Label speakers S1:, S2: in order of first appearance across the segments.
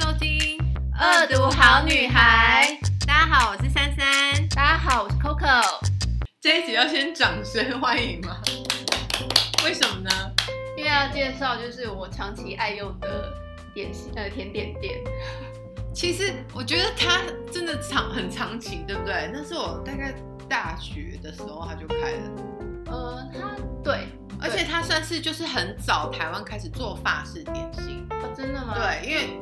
S1: 收听《
S2: 恶毒好女孩》。
S1: 大家好，我是珊珊。
S2: 大家好，我是 Coco。
S1: 这一集要先掌声欢迎吗？为什么呢？
S2: 因为要介绍就是我长期爱用的点心呃甜点店，
S1: 其实我觉得它真的长很长情，对不对？那是我大概大学的时候它就开了，
S2: 呃，它对，
S1: 而且它算是就是很早台湾开始做法式点心，
S2: 哦真的吗？，
S1: 对，因为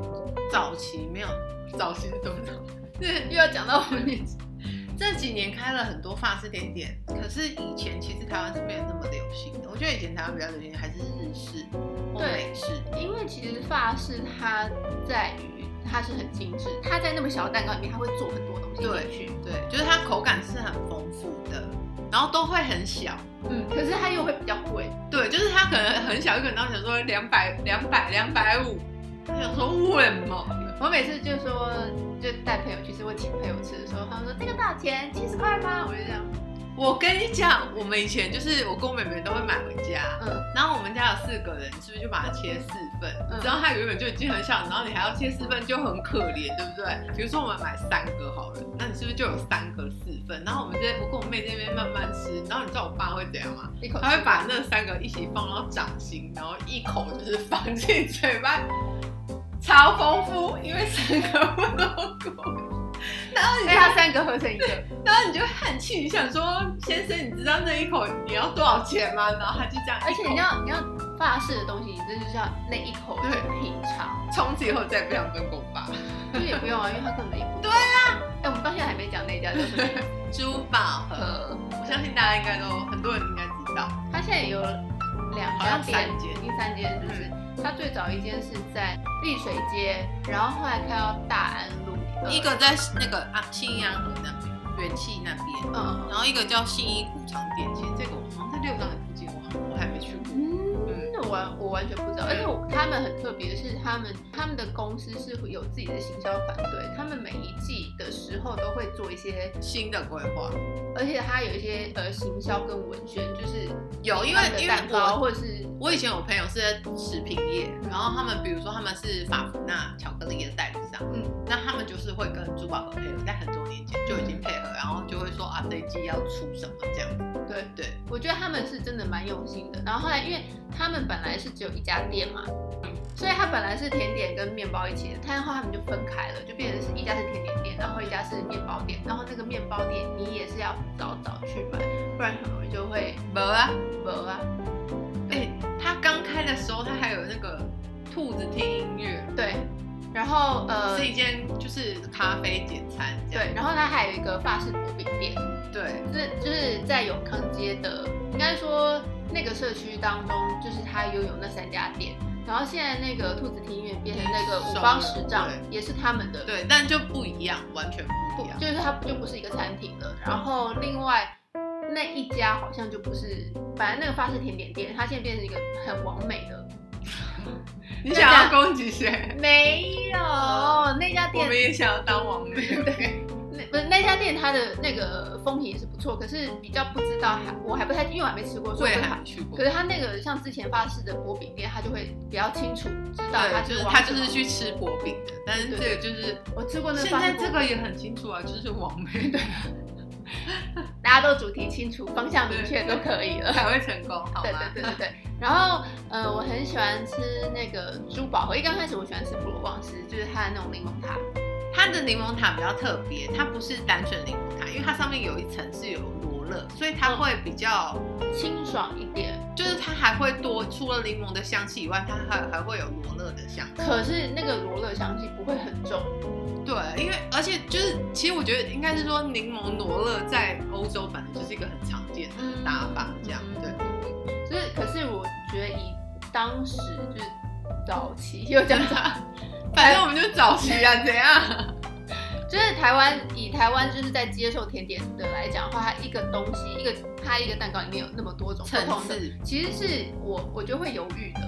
S1: 早期没有早期是怎么讲？
S2: 对，又要讲到我们年纪，
S1: 这几年开了很多法式甜点，可是以前其实台湾是没有那么流行的。我觉得以前台湾比较流行的还是日式或
S2: 对
S1: 美式。
S2: 因为其实发饰它在于它是很精致，它在那么小的蛋糕里面，它会做很多东西
S1: 对
S2: 进去，
S1: 对，就是它口感是很丰富的，然后都会很小。
S2: 嗯，可是它又会比较贵，
S1: 对，就是它可能很小一个，然后想说两百、两百、两百五，他想说为什么？
S2: 我每次就说就带朋友去吃或请朋友吃的时候，他们说这个多少钱？七十块吗？我就这样，
S1: 我跟你讲，我们以前就是我跟我妹妹都会买回家，
S2: 嗯，
S1: 然后我们家有四个人，你是不是就把它切四份？
S2: 嗯
S1: 然后它原本就已经很小，然后你还要切四份，就很可怜，对不对？比如说我们买三个好了，那你是不是就有三个四份？然后我们这我跟我妹这边慢慢吃，然后你知道我爸会怎样吗？
S2: 一口
S1: 他会
S2: 吃
S1: 把那三个一起放到掌心，然后一口就是放进嘴巴，超丰富，因为三个不都够。然后
S3: 哎
S1: 你
S2: 所
S1: 就
S2: 以它三个合成一个，
S1: 然后你就会很气，你想说先生，你知道那一口你要多少钱吗？然后他就这样一口，
S2: 而且你要你要法式的东西，你真的就是要那一口
S1: 对
S2: 去品尝，
S1: 从此以后再也不想跟我爸。
S2: 就也不用啊，因为它根本也不对啊。哎、我们到现在还没讲那家叫什么
S1: 珠宝盒，
S2: 呃，
S1: 我相信大家应该都很多人应该知道。
S2: 它现在有两
S1: 好
S2: 家
S1: 像
S2: 店
S1: 三，间嗯
S2: 已经三间是不是？它最早一间是在丽水街，然后后来开到大安路，呃
S3: 一个在那个啊信阳河那边，元气那边，
S2: 嗯
S3: 然后一个叫信义古长店，其实这个我好像在六张的附近，我好像我还没去过。
S2: 嗯，那我完我完全不知道，而且我他们很特别的是，他们他们的公司是会有自己的行销团队，他们每一季的时候都会做一些，
S1: 新的规划
S2: 而且它有一些呃行销跟文宣，就是
S1: 有，因
S2: 一般
S1: 为
S2: 的
S1: 因为
S2: 蛋糕
S1: 我
S2: 或者是
S1: 我以前有朋友是在食品业，然后他们比如说他们是法芙娜巧克力的代理商，
S2: 嗯
S1: 那他们就是会跟珠宝盒配合，在很多年前就已经配合，然后就会说啊这一季要出什么这样子。
S2: 对，
S1: 对，
S2: 我觉得他们是真的蛮用心的。然后后来因为他们本来是只有一家店嘛，嗯所以它本来是甜点跟面包一起的，但后来他们就分开了，就变成是一家是甜点店，然后一家是面包店，然后那个面包店你也是要早早去买，不然很容易就会
S1: 没啊，
S2: 没啊。
S1: 哎、他刚开的时候他还有那个兔子听音乐，
S2: 对，然后呃
S1: 是。一间就是咖啡简餐这样。
S2: 对，然后它还有一个法式薄饼店，
S1: 对
S2: 这就是在永康街的，应该说那个社区当中，就是它拥有那三家店。然后现在那个兔子庭院变成那个五方十丈
S1: 对，
S2: 也是他们的，，
S1: 对，但就不一样，完全不
S2: 不
S1: 一样。
S2: 就是它就不是一个餐厅了。然后另外那一家好像就不是，本来那个法式甜点店，它现在变成一个很完美的，
S1: 你想要攻击 谁？
S2: 没有那家
S1: 我
S2: 店
S1: 们也想要当王妹。
S2: 那不是那家店，它的那个风评也是不错，可是比较不知道还我还不太，因为我还没吃过，
S1: 我
S2: 所以
S1: 也
S2: 我
S1: 还
S2: 还
S1: 没去过
S2: 可。是他那个像之前发式的薄饼店，他就会比较清楚知道他
S1: 对，就是
S2: 往
S1: 他
S2: 什
S1: 就
S2: 么
S1: 是去吃薄饼的，但是这个就是
S2: 我吃过那个
S1: 现
S2: 法式
S1: 在
S2: 薄饼
S1: 这个也很清楚啊，就是王妹的
S2: 大家都主题清楚、方向明确
S1: 对
S2: 都可以了。
S1: 才会 成功，好
S2: 对
S1: 吗？
S2: 对对对对。然后呃，我很喜欢吃那个珠宝盒，一刚开始我喜欢吃普罗旺斯，就是它的那种柠檬塔。
S1: 它的柠檬塔比较特别，它不是单纯柠檬塔，因为它上面有一层是有罗勒，所以
S2: 嗯
S1: 它会比较，
S2: 清爽一点，
S1: 就是它还会多除了柠檬的香气以外，它还还会有罗勒的香气。
S2: 可是那个罗勒香气不会很重，
S1: 对，因为而且就是，其实我觉得应该是说柠檬罗勒在欧洲反正就是一个很常见的打法，这样对。
S2: 对。就是，可是我觉得以当时就是早期又讲早
S1: 反
S2: 哎
S1: 正我们就早期啊，怎样？
S2: 就是台湾以台湾就是在接受甜点的来讲的话，它一个东西一个它一个蛋糕里面有那么多种不
S1: 层
S2: 同的，
S1: 次，
S2: 其实是我我觉得会犹豫的，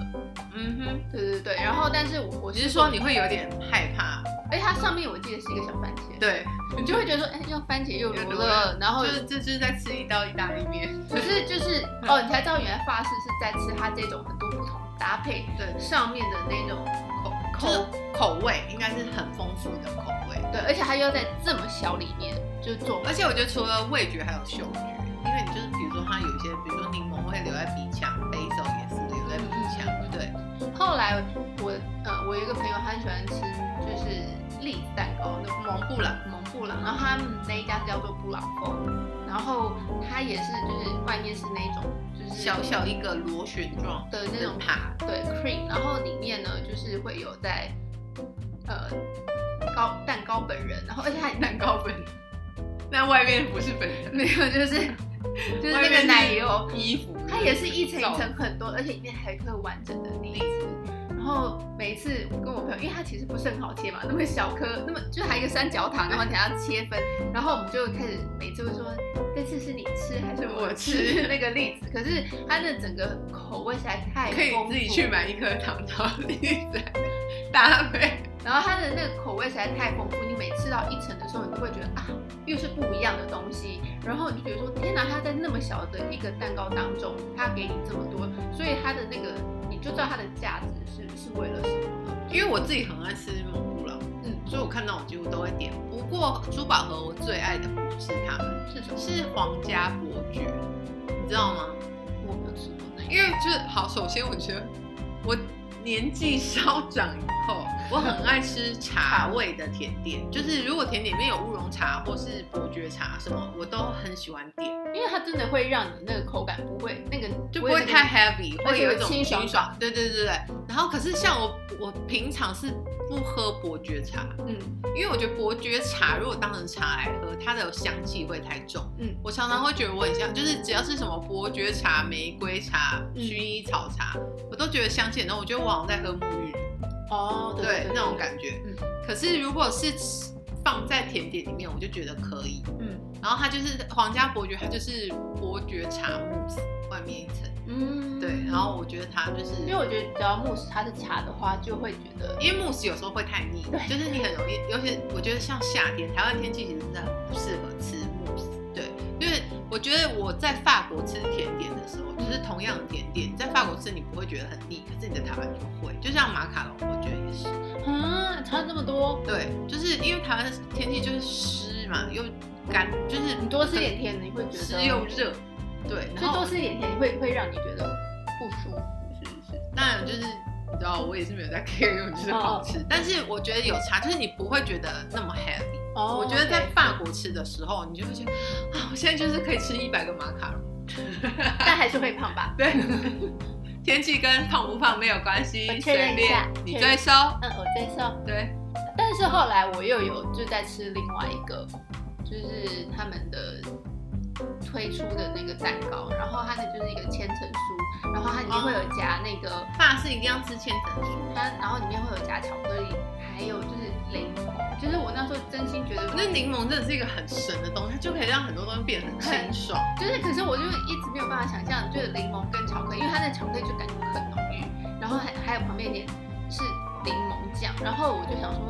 S1: 嗯哼，嗯
S2: 对对对。然后但是我我
S1: 只是说你，会有点害怕，
S2: 哎，它上面我记得是一个小番茄，，
S1: 对，
S2: 你就会觉得说，哎，用番茄又
S1: 有
S2: 罗
S1: 罗
S2: 勒
S1: 勒，
S2: 然后
S1: 就是嗯这就是在吃一道意大利面，
S2: 可是就是哦，你才知道原来法式是在吃它这种很多不同搭配
S1: 对，
S2: 上面的那种口
S1: 就是
S2: 口
S1: 口味应该是很丰富的口味。
S2: 对，而且它又在这么小里面就是做
S1: 而且我觉得除了味觉还有嗅觉，因为你就是比如说它有一些，比如说柠檬会留在鼻腔，basil 也是留在鼻腔，对。
S2: 后来我呃，我有一个朋友，他很喜欢吃就是栗子蛋糕那种
S1: 蒙布朗，
S2: 蒙布朗，然后他们那一家是叫做布朗风，然后它也是就是外面是那种就是
S1: 小小一个螺旋状
S2: 的那
S1: 那
S2: 种
S1: 种塔，
S2: 对 cream，然后里面呢就是会有在呃糕蛋糕本人，然后而哎且它
S1: 蛋糕本人，那外面不是本人，
S2: 没有 就是就是那
S1: 外
S2: 个
S1: 面
S2: 奶油，
S1: 衣服，
S2: 它也是一层一
S1: 罩子
S2: 层很多，而且里面还有一颗完整的栗子。然后每一次我跟我朋友，因为它其实不是很好切嘛，那么小颗，那么就还有一个三角糖，然后你还要切分，然后我们就开始每次会说，这次是你吃还是我
S1: 我
S2: 吃
S1: 吃
S2: 那个栗子？可是它的整个口味实在太
S1: 可以
S2: 丰富
S1: 自己去买一颗糖炒栗子 搭配。
S2: 然后它的那个口味实在太丰富，你每吃到一层的时候，你都会觉得啊，又是不一样的东西。然后你就觉得说，天哪，它在那么小的一个蛋糕当中，它给你这么多，所以它的那个你就知道它的价值是是为了什么了。
S1: 因为我自己很爱吃蒙布朗，
S2: 嗯，
S1: 所以我看到我几乎都会点。不过珠宝盒我最爱的不是他们，
S2: 是什么？
S1: 是皇家伯爵，你知道吗？
S2: 我没有吃过那个。
S1: 因为就是好，首先我觉得我年纪稍长以后，我很爱吃茶味的甜点，就是如果甜点里面有乌龙茶或是伯爵茶什么，我都很喜欢点，
S2: 因为它真的会让你那个口感不会那个
S1: 就不会太 heavy，
S2: 而
S1: 会
S2: 且
S1: 有
S2: 有
S1: 一种
S2: 清爽感
S1: 对对对对。然后可是像我，我平常是不喝伯爵茶，
S2: 嗯
S1: 因为我觉得伯爵茶如果当成茶来喝，它的香气会太重。
S2: 嗯
S1: 我常常会觉得我很像，就是只要是什么伯爵茶、玫瑰茶、
S2: 嗯
S1: 薰衣草茶，我都觉得香气很重。我觉得我好像在喝沐浴乳，
S2: 哦
S1: 对那种感觉。
S2: 嗯
S1: 可是如果是放在甜点里面，我就觉得可以。
S2: 嗯
S1: 然后它就是皇家伯爵，它就是伯爵茶慕斯外面一层，
S2: 嗯
S1: 对。然后我觉得它就是，
S2: 因为我觉得只要慕斯它是茶的话，就会觉得
S1: 因为慕斯有时候会太腻，就是你很容易，尤其我觉得像夏天，台湾天气其实真的很不适合吃慕斯。对，因为我觉得我在法国吃甜点的时候，就是同样的甜点，你在法国吃你不会觉得很腻，可是你在台湾就会，就像马卡龙，我觉得也是。
S2: 啊，差这么多，
S1: 对，就是因为台湾的天气就是湿嘛，又干，就是
S2: 你多吃一点甜的，你会觉得
S1: 湿又，热。对，然
S2: 所以
S1: 后
S2: 多吃一点甜你会会让你觉得不舒服。
S1: 是是，当然就是你知道，我也是没有在 care，我就是好
S2: 哦
S1: 吃。但是我觉得有差，就是你不会觉得那么 heavy。
S2: 哦
S1: 我觉得在法国吃的时候，你就会觉得啊，我现在就是可以吃一百个马卡龙。
S2: 但还是会胖吧？
S1: 对， 天气跟胖不胖没有关系
S2: 我，确认
S1: 随
S2: 一下
S1: 便你
S2: 确
S1: 追
S2: 认
S1: 收。
S2: 嗯，我接受。
S1: 对，
S2: 但是后来我又有就在吃另外一个，就是他们的推出的那个蛋糕，然后它的就是一个千层酥，然后它里面会有夹那个，
S1: 法式一定要吃千层酥。
S2: 它然后里面会有夹巧克力，还有就是柠檬，就是我那时候真心觉得
S1: 那柠檬真的是一个很神的东西，它就可以让很多东西变得很清爽。
S2: 就是，可是我就一直没有办法想象，就是柠檬跟巧克力，因为它的巧克力就感觉很浓郁，然后还还有旁边一点是柠檬酱，然后我就想说，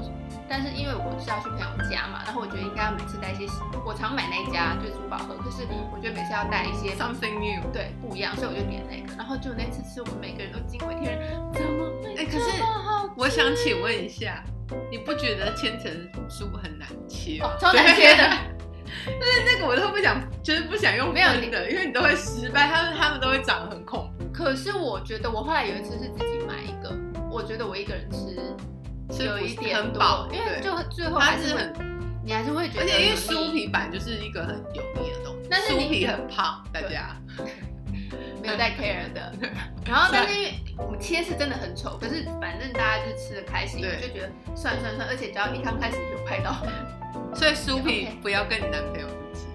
S2: 但是因为我是要去朋友家嘛，然后我觉得应该要每次带一些，我常买那一家就是珠宝盒，可是我觉得每次要带一些
S1: Something new。
S2: 对不一样，所以我就点那个，然后就那次吃，我们每个人都惊为天人，怎么会
S1: 哎
S2: 这
S1: 可是
S2: 么好吃？
S1: 我想请问一下，你不觉得千层酥很难切吗？
S2: 哦超难切的
S1: 对。 但是那个我都不想，就是不想用
S2: 没有
S1: 分的，因为你都会失败，他们他们都会长得很恐怖，
S2: 可是我觉得我后来有一次是自己买一个，我觉得我一个人吃。
S1: 吃
S2: 有
S1: 不
S2: 一
S1: 是
S2: 点
S1: 很
S2: 多
S1: 饱，
S2: 因为
S1: 对
S2: 就最后
S1: 它
S2: 还是
S1: 是
S2: 会
S1: 很，
S2: 你还是会觉得
S1: 而
S2: 有腻，
S1: 且因为酥皮板就是一个很油腻的东西，
S2: 但是你
S1: 酥皮很胖，大家
S2: 没有在 care 的。 然后，但是因
S1: 啊
S2: 为我们切是真的很丑，可是反正大家就是吃的开心，
S1: 对
S2: 就觉得算算算，而且只要一刚开始就拍到，
S1: 所以酥皮
S2: OK
S1: 不要跟你男朋友一起，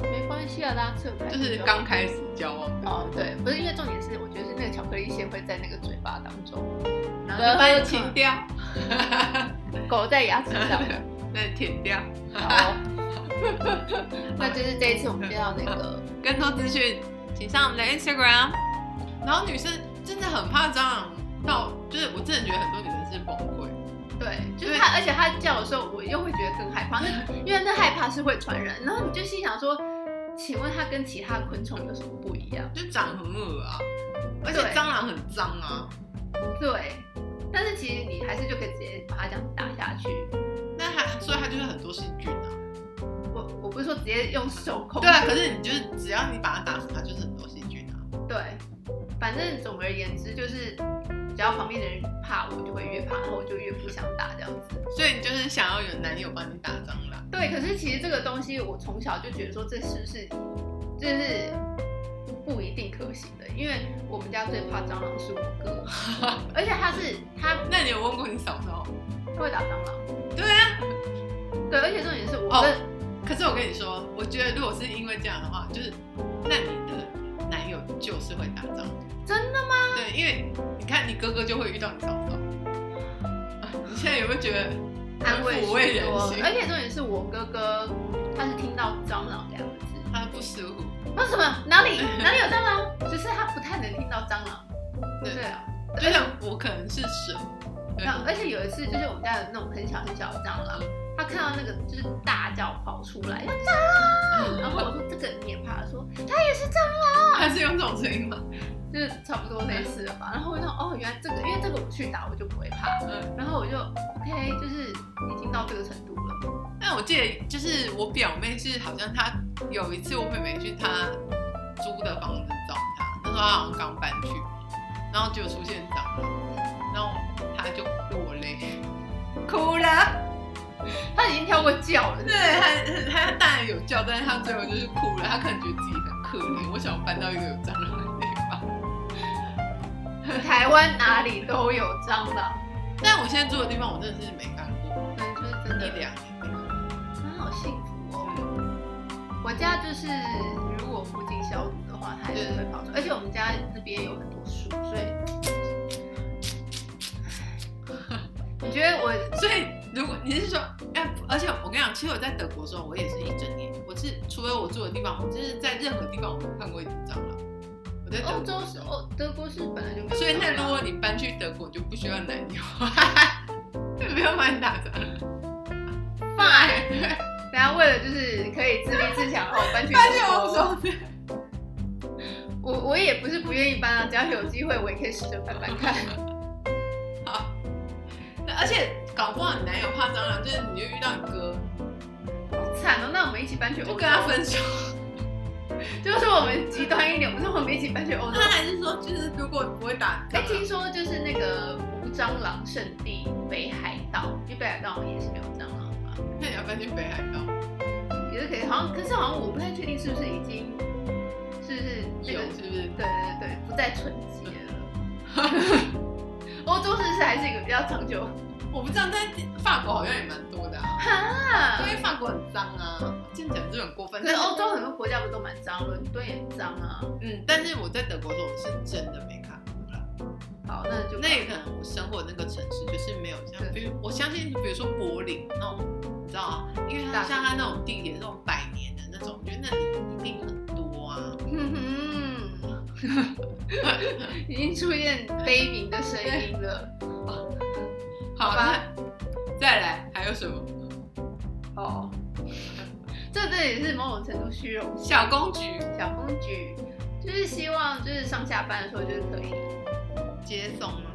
S2: 没关系啊，大家吃的开
S1: 就
S2: 心
S1: 是刚开始交往的时候，
S2: 哦，对，不是因为重点是，我觉得是那个巧克力屑会在那个嘴巴当中，
S1: 然后就把你清掉，
S2: 狗在牙齿 上。
S1: 那舔掉。
S2: 好，哦那就是这一次我们接到那个，
S1: 更多资讯，请上我们的 Instagram。然后女生真的很怕蟑螂，到就是我真的觉得很多女生是崩溃。
S2: 对，就是他，而且他叫的时候，我又会觉得更害怕，那因为那害怕是会传染，然后你就心想说，请问它跟其他昆虫有什么不一样？
S1: 就长很恶啊，而且
S2: 对
S1: 蟑螂很脏啊。
S2: 对，但是但其实你还是就可以直接把它这样打下去。
S1: 那它所以它就是很多细菌啊。
S2: 我我不是说直接用手控制，
S1: 对啊，可是你就是只要你把它打死，它就是很多细菌啊。
S2: 对，反正总而言之就是，只要旁边的人怕我，就会越怕，然后我就越不想打这样子。
S1: 所以你就是想要有男友帮你打蟑螂，
S2: 对，可是其实这个东西我从小就觉得说这是不是就是不一定可行的，因为我们家最怕蟑螂是我哥， 而且他是他
S1: 那你有问过你嫂嫂吗？
S2: 他会打蟑螂。
S1: 对啊，
S2: 对，而且重点是我
S1: 哦
S2: 跟、
S1: 可是我跟你说，我觉得如果是因为这样的话，就是那你的男友就是会打仗。
S2: 真
S1: 的吗？对，因为你看你哥哥就会遇到你嫂嫂。啊你现在有没有觉得
S2: 安慰
S1: 很抚慰人
S2: 说
S1: 心
S2: 而且重点是我哥哥他是听到蟑螂两个字，
S1: 他不舒服？
S2: 那什么哪里哪里有蟑螂，只是他不太能听到蟑螂。
S1: 对
S2: 对啊，
S1: 就像我可能是蛇，对
S2: 然后而且有一次就是我们家有那种很小很小的蟑螂，他看到那个就是大叫跑出来，要蟑
S1: 嗯
S2: 螂，然后我说这个你也怕，他说他也是蟑 螂，
S1: 他是用这种声音吗？
S2: 就是差不多类似的吧。然后我就想哦，原来这个，因为这个我去打我就不会怕，
S1: 嗯，
S2: 然后我就 OK，就是已经到这个程度了。
S1: 但我记得就是我表妹是好像她有一次我妹妹去她租的房子找她，那时候她好像刚搬去，然后就出现蟑螂，然后她就落泪，哭了。
S2: 他已经跳过脚了，
S1: 对，她她当然有叫，但是她最后就是哭了，她可能觉得自己很可怜。我想搬到一个有蟑螂的地方，
S2: 台湾哪里都有蟑螂，
S1: 但我现在住的地方我真的是没干过，
S2: 对，就是真的
S1: 一两年没干
S2: 很好幸福哦。我家就是如果附近消毒的话，它也是会跑出来，而且我们家那边有很多树，所以。你觉得我
S1: 过。所以如果你是说，哎，而且我跟你讲，其实我在德国的时候，我也是一整年，我是除了我住的地方，我就是在任何地方我没有看过一只蟑螂。我在德
S2: 欧
S1: 国
S2: 洲
S1: 的时
S2: 是
S1: 候
S2: 欧德国是本来就没有，
S1: 所以那如 果你搬去德国，你就不需要男友，就不要帮你 打蟑螂。
S2: fine，等 下啊为了就是可以自立自强后搬去
S1: 搬去
S2: 德
S1: 欧
S2: 国
S1: 洲，
S2: 我我也不是不愿意搬啊，只要有机会我也可以试着搬搬看。
S1: 好。那而且搞不好你男友怕蟑螂，就是你就遇到你哥，
S2: 好 惨哦，那我们一起搬去欧洲，
S1: 就跟他分手。
S2: 就是说我们极端一点，我们说我们一起搬去欧洲
S1: 他。还是说，就是如果不会打蟑
S2: 哎，
S1: 螂，
S2: 听说就是那个无蟑螂圣地北海道，因为北海道也是没有蟑螂嘛，
S1: 那你要搬去北海道，
S2: 也是可以。好像可是好像我不太确定是不是已经是不是那
S1: 有
S2: 个
S1: 是不是？
S2: 对对对不再纯洁了。欧洲是不是还是一个比较长久？
S1: 我不知道，但是法国好像也蛮多的啊，
S2: 啊
S1: 因为法国很脏啊。这样讲就很过分，
S2: 可
S1: 但
S2: 是
S1: 是
S2: 欧洲很多国家不都蛮脏，伦敦也很脏啊。
S1: 嗯，但是我在德国的时候，我是真的没看过啦。
S2: 好，那就
S1: 那也可能我生活的那个城市就是没有像，比如我相信，比如说柏林那种，你知道啊，因为它
S2: 大
S1: 像它那种地铁这种百年的那种，我觉得那里一定很多啊。
S2: 嗯哼哼， 已经出现悲鸣的声音了。
S1: 好
S2: 好吧
S1: 那再来还有什么？
S2: 哦， 这这也是某种程度虚荣心。
S1: 小公举
S2: 小公举就是希望就是上下班的时候就是可以，
S1: 接送吗？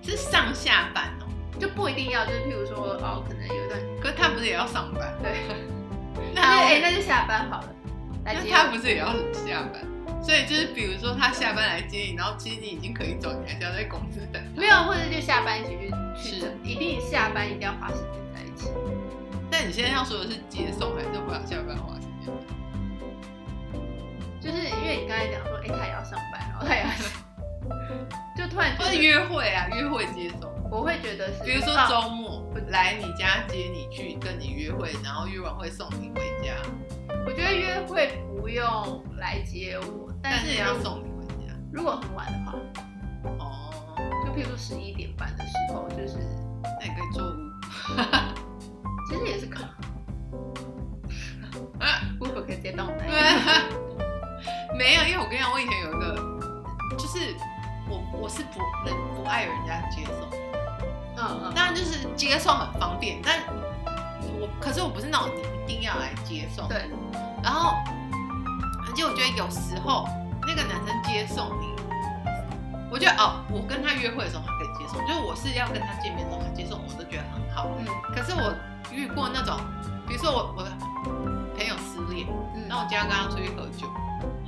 S1: 是上下班哦，
S2: 就不一定要就是譬如说哦，可能有一段
S1: 可是他不是也要上班？
S2: 对，
S1: 那
S2: 那
S1: 他
S2: 哎、那就下班好了，来
S1: 那
S2: 接
S1: 他
S2: 我。
S1: 不是也要下班？所以就是比如说他下班来接你，然后其实你已经可以走，你还是要在公司等。
S2: 没有，或者就下班一起去
S1: 是
S2: 去整，一定下班一定要花时间在一起。
S1: 但你现在要说的是接送还是我要下班花时间？
S2: 就是因为你刚才讲说，哎、他也要上班，然后他也要下，就突然
S1: 或
S2: 就
S1: 者
S2: 是
S1: 约会啊，约会接送，
S2: 我会觉得是，
S1: 比如说
S2: 哦
S1: 周末来你家接你去跟你约会，然后约完会送你回家，
S2: 我觉得约会不用来接我，
S1: 但
S2: 但是
S1: 是也
S2: 要
S1: 要送你回家。
S2: 如果很晚的话，
S1: 哦，
S2: 就譬如说十一点半的时候，就是
S1: 那你可以做五，
S2: 其实也是可
S1: 啊
S2: 以，不可以直接当我男友。
S1: 对，啊 没有，因为我跟你讲，我以前有一个，就是我我是不人不爱人家接送，
S2: 嗯嗯，
S1: 当然就是接送很方便，但我可是我不是那种你一定要来接送，
S2: 对，
S1: 然后，而且我觉得有时候那个男生接送你，我觉得哦，我跟他约会的时候他可以接送松，就是我是要跟他见面的时候，他接送我都觉得很好。
S2: 嗯
S1: 可是我遇过那种，比如说我我朋友失恋，
S2: 嗯，
S1: 然后我今天跟他出去喝酒，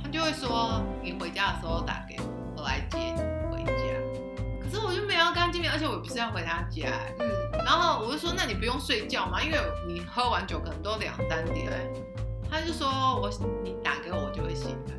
S1: 他就会说你回家的时候打给我，我来接你回家。可是我就没有要跟他见面，而且我也不是要回他家、欸
S2: 嗯，
S1: 然后我就说那你不用睡觉吗？因为你喝完酒可能都两三点。他就说我你打给我我就会醒来。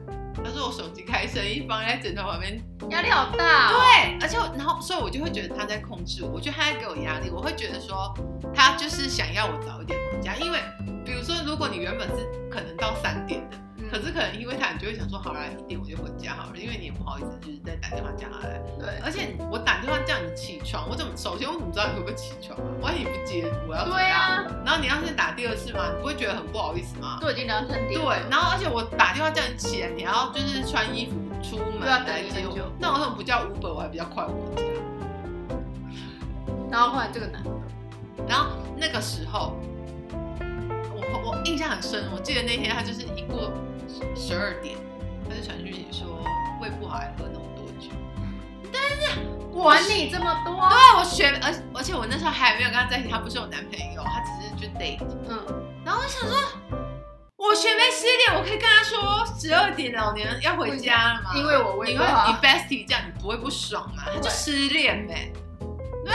S1: 他说我手机开声音放在枕头旁边
S2: 压力好大、哦。
S1: 对，而且我然后，所以我就会觉得他在控制我，我觉得他在给我压力，我会觉得说他就是想要我早一点回家，因为比如说，如果你原本是可能到三点的，
S2: 嗯
S1: 可是可能因为他，你就会想说，好啦，一点我就回家好了，因为你也不好意思就是再打电话叫他来，
S2: 对啊
S1: 而且我打电话叫你起床，我怎么首先我怎么知道你会不会起床啊？万一你不接，我要怎么
S2: 对
S1: 样？
S2: 啊，
S1: 然后你要是打第二次吗？你不会觉得很不好意思吗？
S2: 都已经两三点
S1: 对
S2: 了。，
S1: 然后而且我打电话叫你起来，你还要就是穿衣服出门
S2: 对啊等
S1: 来
S2: 你
S1: 接
S2: 很
S1: 我
S2: 久，
S1: 那我怎么不叫 Uber，我还比较快回家？
S2: 然后后来这个男的，
S1: 然后那个时候，我我印象很深，我记得那天他就是一过十二点，他就传讯息说胃不好，还喝那么多酒。
S2: 管你这么多，
S1: 对，我学，而而且我那时候还没有跟他在一起，他不是我男朋友，他只是就 date。
S2: 嗯，
S1: 然后我想说，我学妹失恋，我可以跟他说十二点了，你要回家了吗？
S2: 因为我啊胃
S1: 你
S2: 不
S1: 会
S2: 好
S1: 你 bestie 这样，你不会不爽吗？他就失恋呗、对。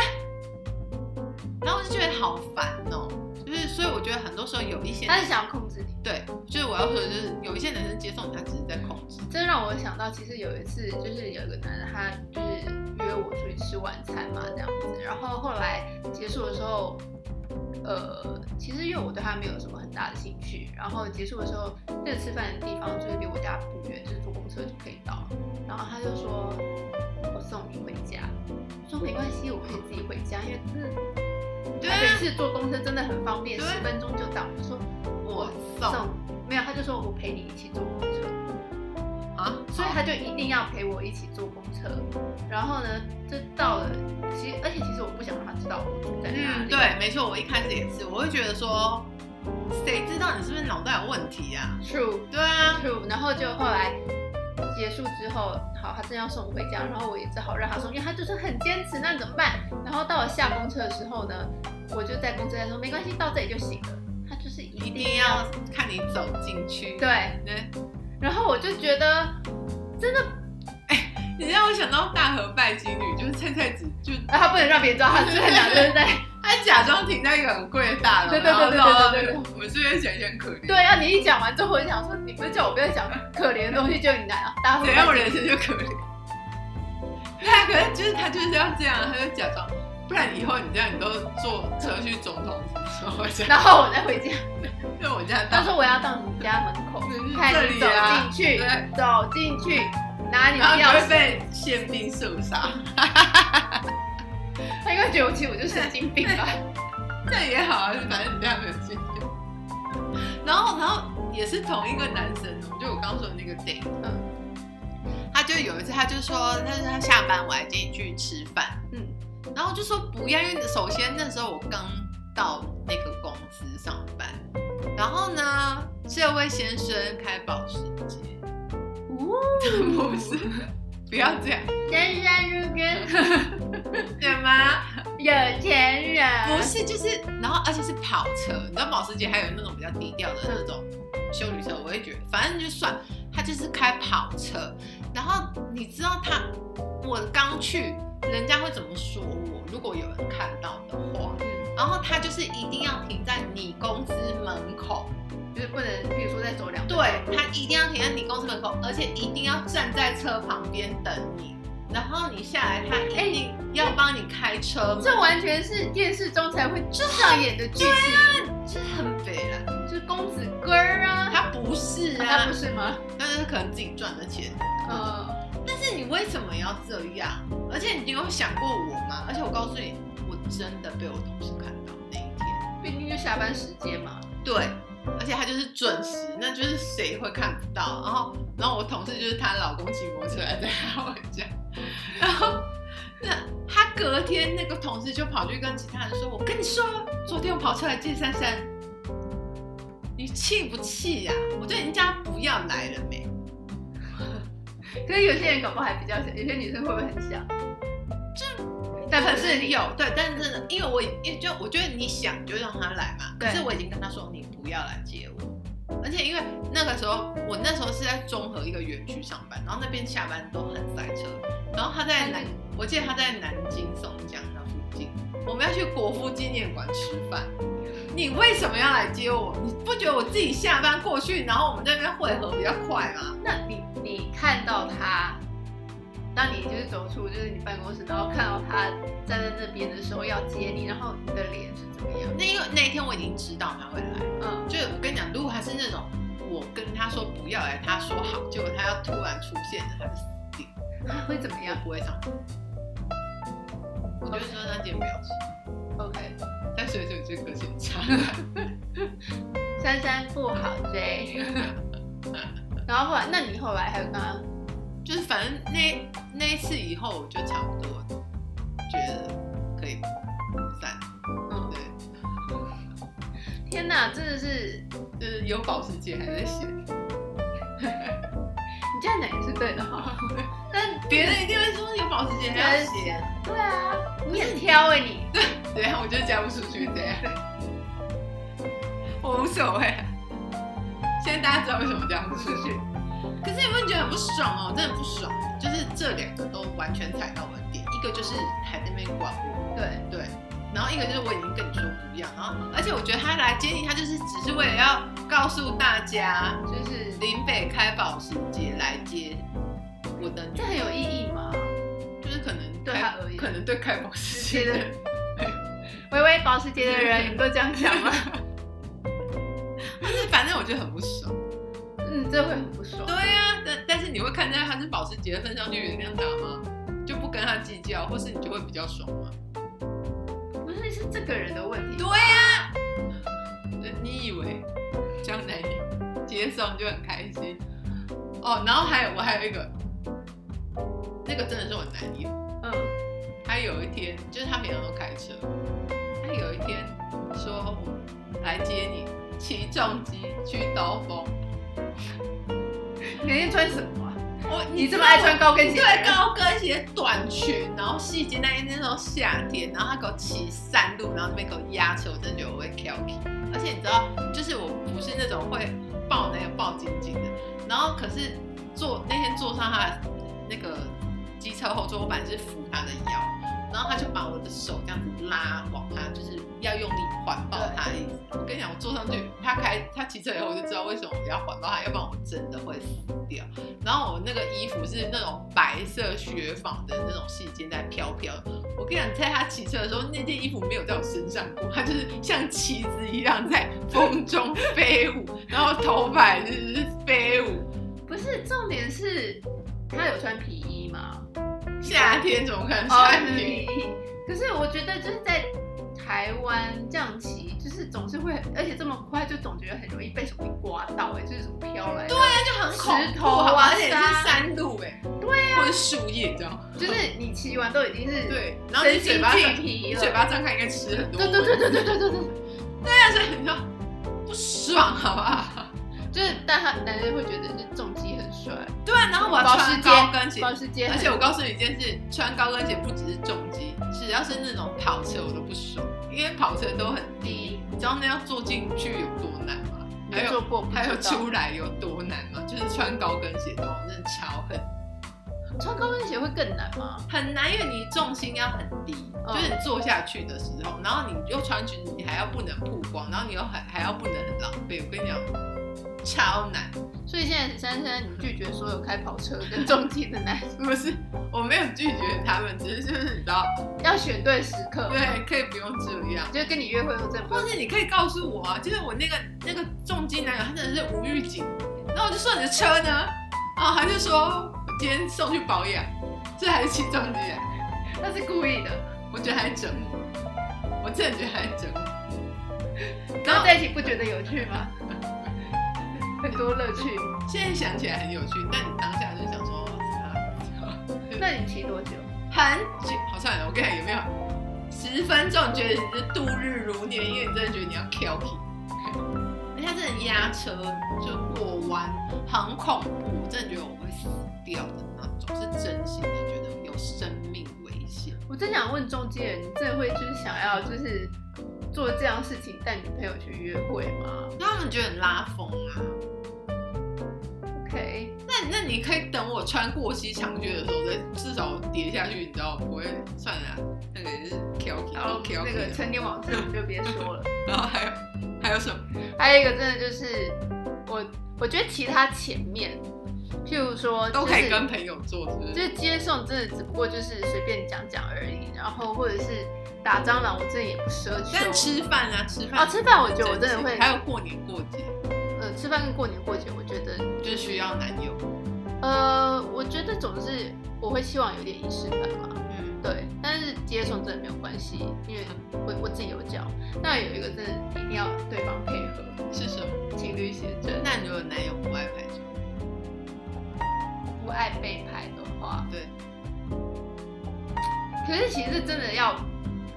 S1: 然后我就觉得好烦哦、就是所以我觉得很多时候有一些
S2: 他是想控制你。
S1: 对，就是我要说的就是有一些男生接受你，他只是在控制。
S2: 这让我想到，其实有一次，就是有一个男的，他就是约我出去吃晚餐嘛，这样子。然后后来结束的时候，呃，其实因为我对他没有什么很大的兴趣，然后结束的时候，那个吃饭的地方就是离我家不远，就是坐公车就可以到。然后他就说，我送你回家。我说没关系，我可以自己回家，因为嗯，
S1: 对啊
S2: 台北市坐公车真的很方便，
S1: 对
S2: 十分钟就到。我说
S1: 我
S2: 送
S1: 送，
S2: 没有，他就说我陪你一起坐公车。
S1: 啊，
S2: 所以他就一定要陪我一起坐公车。然后呢，就到了，其实而且其实我不想让他知道我住在哪里。
S1: 嗯，对，没错，我一开始也是，我会觉得说，谁知道你是不是脑袋有问题呀、
S2: ，true
S1: 对啊，
S2: true。然后就后来结束之后，好，他真要送我回家，然后我也只好让他送，因为他就是很坚持，那怎么办？然后到了下公车的时候呢，我就在公车站说没关系，到这里就行了。他就是
S1: 一
S2: 一
S1: 定
S2: 定
S1: 要看你走进去。
S2: 对，
S1: 对，
S2: 然后我就觉得真的，
S1: 你让我想到大和拜金女，就是菜菜子，就
S2: 啊，他不能让别人知道他是在哪，对不对？
S1: 她假装停在一个很贵的大楼，
S2: 对对对对
S1: 然后
S2: 对对对
S1: 绕到那个我是不是显得很可怜？
S2: 对，啊，你一讲完之后，我就想说，你不是叫我不要讲可怜的东西，就你来啊，大家会
S1: 怎样我人生就可怜？对啊，可是就是他就是要这样，他就假装，不然以后你这样你都坐车去总统府，我家，
S2: 然后我再回家。
S1: 对我家
S2: 他
S1: 大
S2: 说我要到你家门口
S1: 嗯，
S2: 看
S1: 这
S2: 你
S1: 里啊
S2: 走进去
S1: 对，
S2: 走进去，拿你的
S1: 然后
S2: 钥
S1: 你会
S2: 匙。
S1: 被宪兵射杀，
S2: 他应该觉得我其实我就神经病 吧？
S1: 这样也好啊，反正你这样没有经验。然后，然后也是同一个男生哦，就我刚说的那个 date，嗯，他就有一次他就说，他说他下班我还建议去吃饭，
S2: 嗯，
S1: 然后我就说不要，因为首先那时候我刚到那个公司上班，然后呢，这位先生开保时捷，
S2: 呜，
S1: 哦不是， 不要这样，
S2: 人山如跟
S1: 对吗？
S2: 有钱人，
S1: 不是，就是，然后而且是跑车，你知道保时捷还有那种比较低调的
S2: 嗯
S1: 那种修旅车，我会觉得反正就算他就是开跑车，然后你知道他，我刚去，人家会怎么说我？如果有人看到的话，
S2: 嗯，
S1: 然后他就是一定要停在你公司门口，
S2: 就是不能，比如说再走两步
S1: 对他一定要停在你公司门口，而且一定要站在车旁边等你，然后你下来，他一定要帮你开车门，
S2: 哎这完全是电视中才会上演的剧
S1: 啊
S2: 情，
S1: 这很肥啦。
S2: 就是公子哥儿啊，
S1: 他不是
S2: 啊
S1: 啊，
S2: 他不是吗？
S1: 但是可能自己赚的钱。
S2: 呃，
S1: 但是你为什么要这样？而且你有想过我吗？而且我告诉你，我真的被我同事看到那一天。
S2: 毕竟就下班时间嘛，
S1: 对，而且他就是准时，那就是谁会看不到？然后，然后我同事就是她老公骑摩托车来载她回家，然后那她隔天那个同事就跑去跟其他人说：“我跟你说，昨天我跑车来见珊珊，你气不气呀、我就已经叫她不要来了没。”
S2: 可是有些人搞不好还比较想，有些女生会不会很想？
S1: 但
S2: 可
S1: 可
S2: 是
S1: 是有对，但是呢因为我因为就我觉得你想就让他来嘛，可
S2: 对
S1: 是我已经跟他说你不要来接我，而且因为那个时候我那时候是在中和一个园区上班，然后那边下班都很塞车，然后他在南，我记得他在南京松江那附近，我们要去国父纪念馆吃饭。你为什么要来接我？你不觉得我自己下班过去，然后我们在那边汇合比较快吗？
S2: 那你你看到他，当你就是走出就是你办公室，然后看到他站在那边的时候要接你，然后你的脸是怎么样？
S1: 那因为那一天我已经知道他会来，
S2: 嗯，
S1: 就是我跟你讲，如果他是那种我跟他说不要来，他说好，结果他要突然出现的，他就死定了，
S2: 会怎么
S1: 我
S2: 样
S1: 不会上班。我就说那件不要吃，
S2: ？OK，
S1: 但水水最个性差。
S2: 珊珊不好追。然后后来，那你后来还有跟呃他
S1: 就是反正那那一次以后，我就差不多觉得可以散，
S2: 嗯
S1: 对，
S2: 天哪，真的是
S1: 就是有保时捷还在写，
S2: 你这样讲也是对的哈。但
S1: 别人一定会说有保时捷还要写，
S2: 对啊，你很挑哎、你。
S1: 对啊，我就嫁不出去这样，我无所谓。现在大家知道为什么嫁不出去，可是你不觉得很不爽哦？真的不爽，就是这两个都完全踩到我的点，一个就是还在那边管我，
S2: 对，
S1: 对，然后一个就是我已经跟你说不一样，然后而且我觉得他来接你，他就是只是为了要告诉大家，
S2: 就是
S1: 林北开保时捷来接我的女
S2: 这很有意义嘛。
S1: 就是可能
S2: 对
S1: 开
S2: 他而言
S1: 可能对开保时捷的人
S2: 微微保时捷的人，你们都这样想吗？
S1: 但是反正我觉得很不爽。
S2: 嗯，这会很不爽。
S1: 对呀、但但是你会看在他是保时捷的份上就原谅他吗？就不跟他计较，或是你就会比较爽吗？
S2: 不是，是这个人的问题。
S1: 对呀、呃你以为江南接送就很开心哦？然后还有我还有一个，那个真的是我男友，
S2: 嗯，
S1: 他有一天就是他平常都开车，他有一天说我来接你，骑重机去兜风。
S2: 你那天穿什么啊、
S1: 我
S2: 你这么爱穿高跟鞋的人
S1: 对，高跟鞋、短裙，然后细肩带，因为那时候夏天，然后他给我骑山路，然后那边给我压车，我真的觉得我会跳皮。而且你知道，就是我不是那种会抱男友抱紧紧的，然后可是坐那天坐上他的那个机车后座，我本来是扶他的腰，然后他就把我的手这样子拉往他，就是要用力环抱他的意思。我跟你讲，我坐上去，他开他骑车以后，我就知道为什么我要环抱他，要不然我真的会死掉。然后我那个衣服是那种白色雪纺的那种细肩带飘飘。我跟你讲，在他骑车的时候，那件衣服没有在我身上过，它就是像旗子一样在风中飞舞，然后头发也是飞舞。
S2: 不是，重点是他有穿皮衣吗？
S1: 夏天怎么可能
S2: 哦，
S1: 夏
S2: 是
S1: 天？
S2: 皮衣。可是我觉得就是在台湾这样骑，就是总是会，而且这么快，就总觉得很容易被什么刮到、哎，就是什么飘来的。对
S1: 那就很恐
S2: 石
S1: 怖
S2: 头啊
S1: 好不好而且
S2: 沙
S1: 是山路哎、对呀、或者树叶，你知道吗？
S2: 就是你骑完都已经是
S1: 对，然后你嘴巴
S2: 身心
S1: 张，
S2: 俱疲
S1: 你
S2: 了，
S1: 嘴巴张开应该吃很多。
S2: 对对对对对对对对，
S1: 但是你知道不爽好不好？
S2: 就是但他男人会觉得就是重击很帅，
S1: 对啊，然后我要
S2: 保
S1: 穿
S2: 时捷
S1: 高跟鞋，
S2: 保时捷很，
S1: 而且我告诉你一件事，穿高跟鞋不只是重击，只要是那种跑车我都不爽，因为跑车都很低，你知道那要坐进去有多难吗？还
S2: 没做
S1: 有
S2: 过，不知道
S1: 还有出来有多难吗？就是穿高跟鞋都真的超狠，
S2: 穿高跟鞋会更难吗？
S1: 很难，因为你重心要很低，
S2: 嗯
S1: 就是你坐下去的时候，然后你又穿裙子，你还要不能曝光，然后你又还还要不能很狼狈，我跟你讲，超难。
S2: 所以现在珊珊，你拒绝所有开跑车跟重击的男人，
S1: 不是，我没有拒绝他们，只是就是你知道，
S2: 要选对时刻，，
S1: 对，可以不用这样。
S2: 就是跟你约会后真的不
S1: 或是你可以告诉我啊，就是我那个那个重金男友，他真的是无预警，然后我就说你的车呢，啊，他就说我今天送去保养，这还是起重机啊，
S2: 那是故意的，
S1: 我觉得还整我，我真的觉得还整我。
S2: 然
S1: 然
S2: 后
S1: 后
S2: 在一起不觉得有趣吗？ 很多乐趣，
S1: 现在想起来很有趣，但你当下就想说，啊
S2: 那你骑多久？
S1: 很久，好算了，我跟你讲有没有十分钟，你觉得你是度日如年，因为你真的觉得你要 k i l l 而且他真的压车就过弯，很恐怖，我真的觉得我会死掉的那种，是真心的觉得有生命危险。
S2: 我我真想问中间人，你真的会就是想要就是做这样的事情带女朋友去约会吗
S1: 因为他们觉得很拉风啊。
S2: ？OK，
S1: 那那你可以等我穿过膝长靴的时候再，至少跌下去，你知道不会算了啊，那个也是 Q
S2: 然后
S1: Q
S2: 那
S1: Q
S2: 个成年往事我们就别说了。
S1: 啊然后还有还有什么？
S2: 还有一个真的就是我，我觉得其他前面，譬如说、就是、
S1: 都可以跟朋友做，是不？
S2: 就是是接送真的只不过就是随便讲讲而已，然后或者是打蟑螂，我真的也不奢求。
S1: 但吃饭啊，吃饭
S2: 哦，吃饭我觉得我真的会，
S1: 还有过年过节，
S2: 呃，吃饭跟过年过节，我觉得
S1: 就是需要男友。
S2: 呃，我觉得总是我会希望有点仪式感嘛，
S1: 嗯，
S2: 对。但是接送真的没有关系，因为我我自己有教。那有一个真的一定要对方配合，
S1: 是什么？
S2: 情侣写真。
S1: 那如果男友不爱拍照，
S2: 不爱被拍的话，
S1: 对。
S2: 可是其实真的要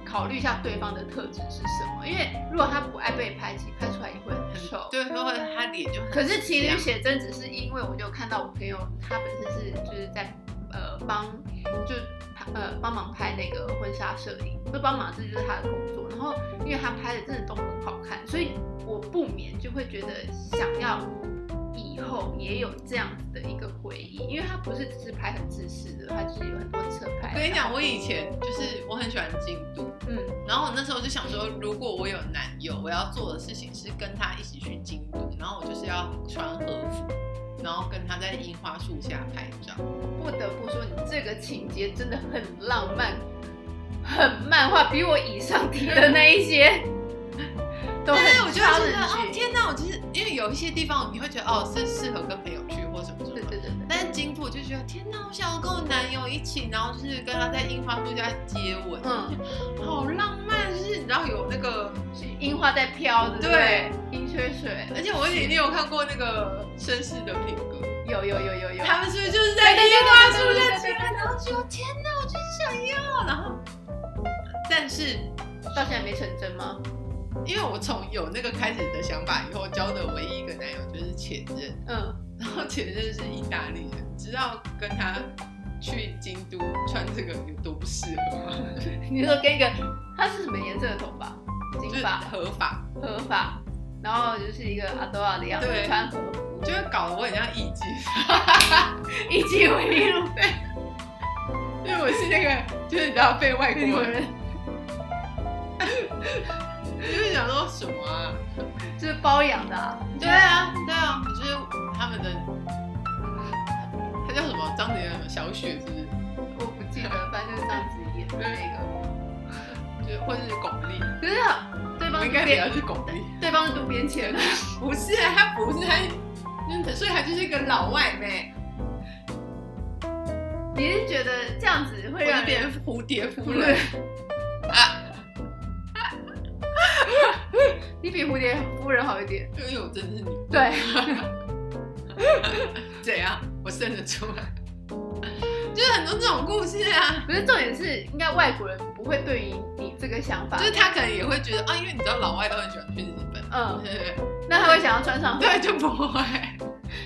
S2: 考虑一下对方的特质是什么，因为如果他不爱被拍，其实拍出来也会很丑。
S1: 对，会会他脸就很
S2: 可是情侣
S1: 像
S2: 写真只是因为我就看到我朋友他本身是就是在呃帮就拍呃帮忙拍那个婚纱摄影，不是帮忙这就是他的工作。然后因为他拍的真的都很好看，所以我不免就会觉得想要以后也有这样子的一个回忆，因为他不是只是拍很自私的，他就是有很多车拍。
S1: 我跟你讲，我以前就是我很喜欢京都，
S2: 嗯，
S1: 然后我那时候就想说，如果我有男友，我要做的事情是跟他一起去京都，然后我就是要穿和服，然后跟他在樱花树下拍照。
S2: 不得不说你这个情节真的很浪漫，很漫画，比我以上提的那一些都很
S1: 对，我就会觉得
S2: 超
S1: 哦
S2: 人，剧。
S1: 天哪！我就是因为有一些地方你会觉得哦是适合跟朋友去或什么什
S2: 对
S1: 么，
S2: 对对对，
S1: 但是京都我就觉得天哪，我想要跟我男友一起，然后就是跟他在樱花树下接吻，
S2: 嗯，
S1: 好浪漫，就是你知道有那个，
S2: 是樱花在飘，对不对
S1: 对？
S2: 樱缺水，
S1: 而且我也你有看过那个绅士的品格。
S2: 有有有有有，
S1: 他们是不是就是在樱花树下接吻？然后就天哪，我就是想要。然后，但是
S2: 到现在没成真吗？
S1: 因为我从有那个开始的想法以后，交的唯一一个男友就是前任，
S2: 嗯，
S1: 然后前任是意大利人，知道跟他去京都穿这个有多不适合吗？
S2: 你说跟一个，他是什么颜色的头发？金
S1: 就是
S2: 发、
S1: 合法，
S2: 合发，然后就是一个阿多尔的样子，
S1: 对
S2: 穿和服，
S1: 就会搞得我很像艺妓，
S2: 一起回忆录，
S1: 因为我是那个就是你知道被外
S2: 美
S1: 国
S2: 国
S1: 人，
S2: 人
S1: 就是想说什么啊？
S2: 就是包养的啊，
S1: 对啊，对啊，就是他们的，他叫什么？张子妍，小雪是不是？
S2: 我不记得，反正就是章子怡演的那个。
S1: 就是或是巩俐，
S2: 可是对
S1: 我
S2: 方
S1: 应
S2: 是
S1: 该比较
S2: 边，
S1: 是巩俐。
S2: 对方是渡边谦，
S1: 不是啊，他不是他，嗯所以他就是一个老外妹，
S2: 你是觉得这样子
S1: 会
S2: 会
S1: 让
S2: 让
S1: 别
S2: 人
S1: 人蝴蝶夫
S2: 不
S1: 人
S2: 是。
S1: 啊？
S2: 你比蝴蝶夫人好一点？
S1: 因为我真的是你
S2: 对，
S1: 怎样？我生得出来， 就是很多这种故事啊。
S2: 可是重点是，应该外国人不会对于你这个想法
S1: 就，是他可能也会觉得啊，因为你知道老外都很喜欢去日本，
S2: 嗯，
S1: 对
S2: 那他会想要 穿上，
S1: 对，就不会。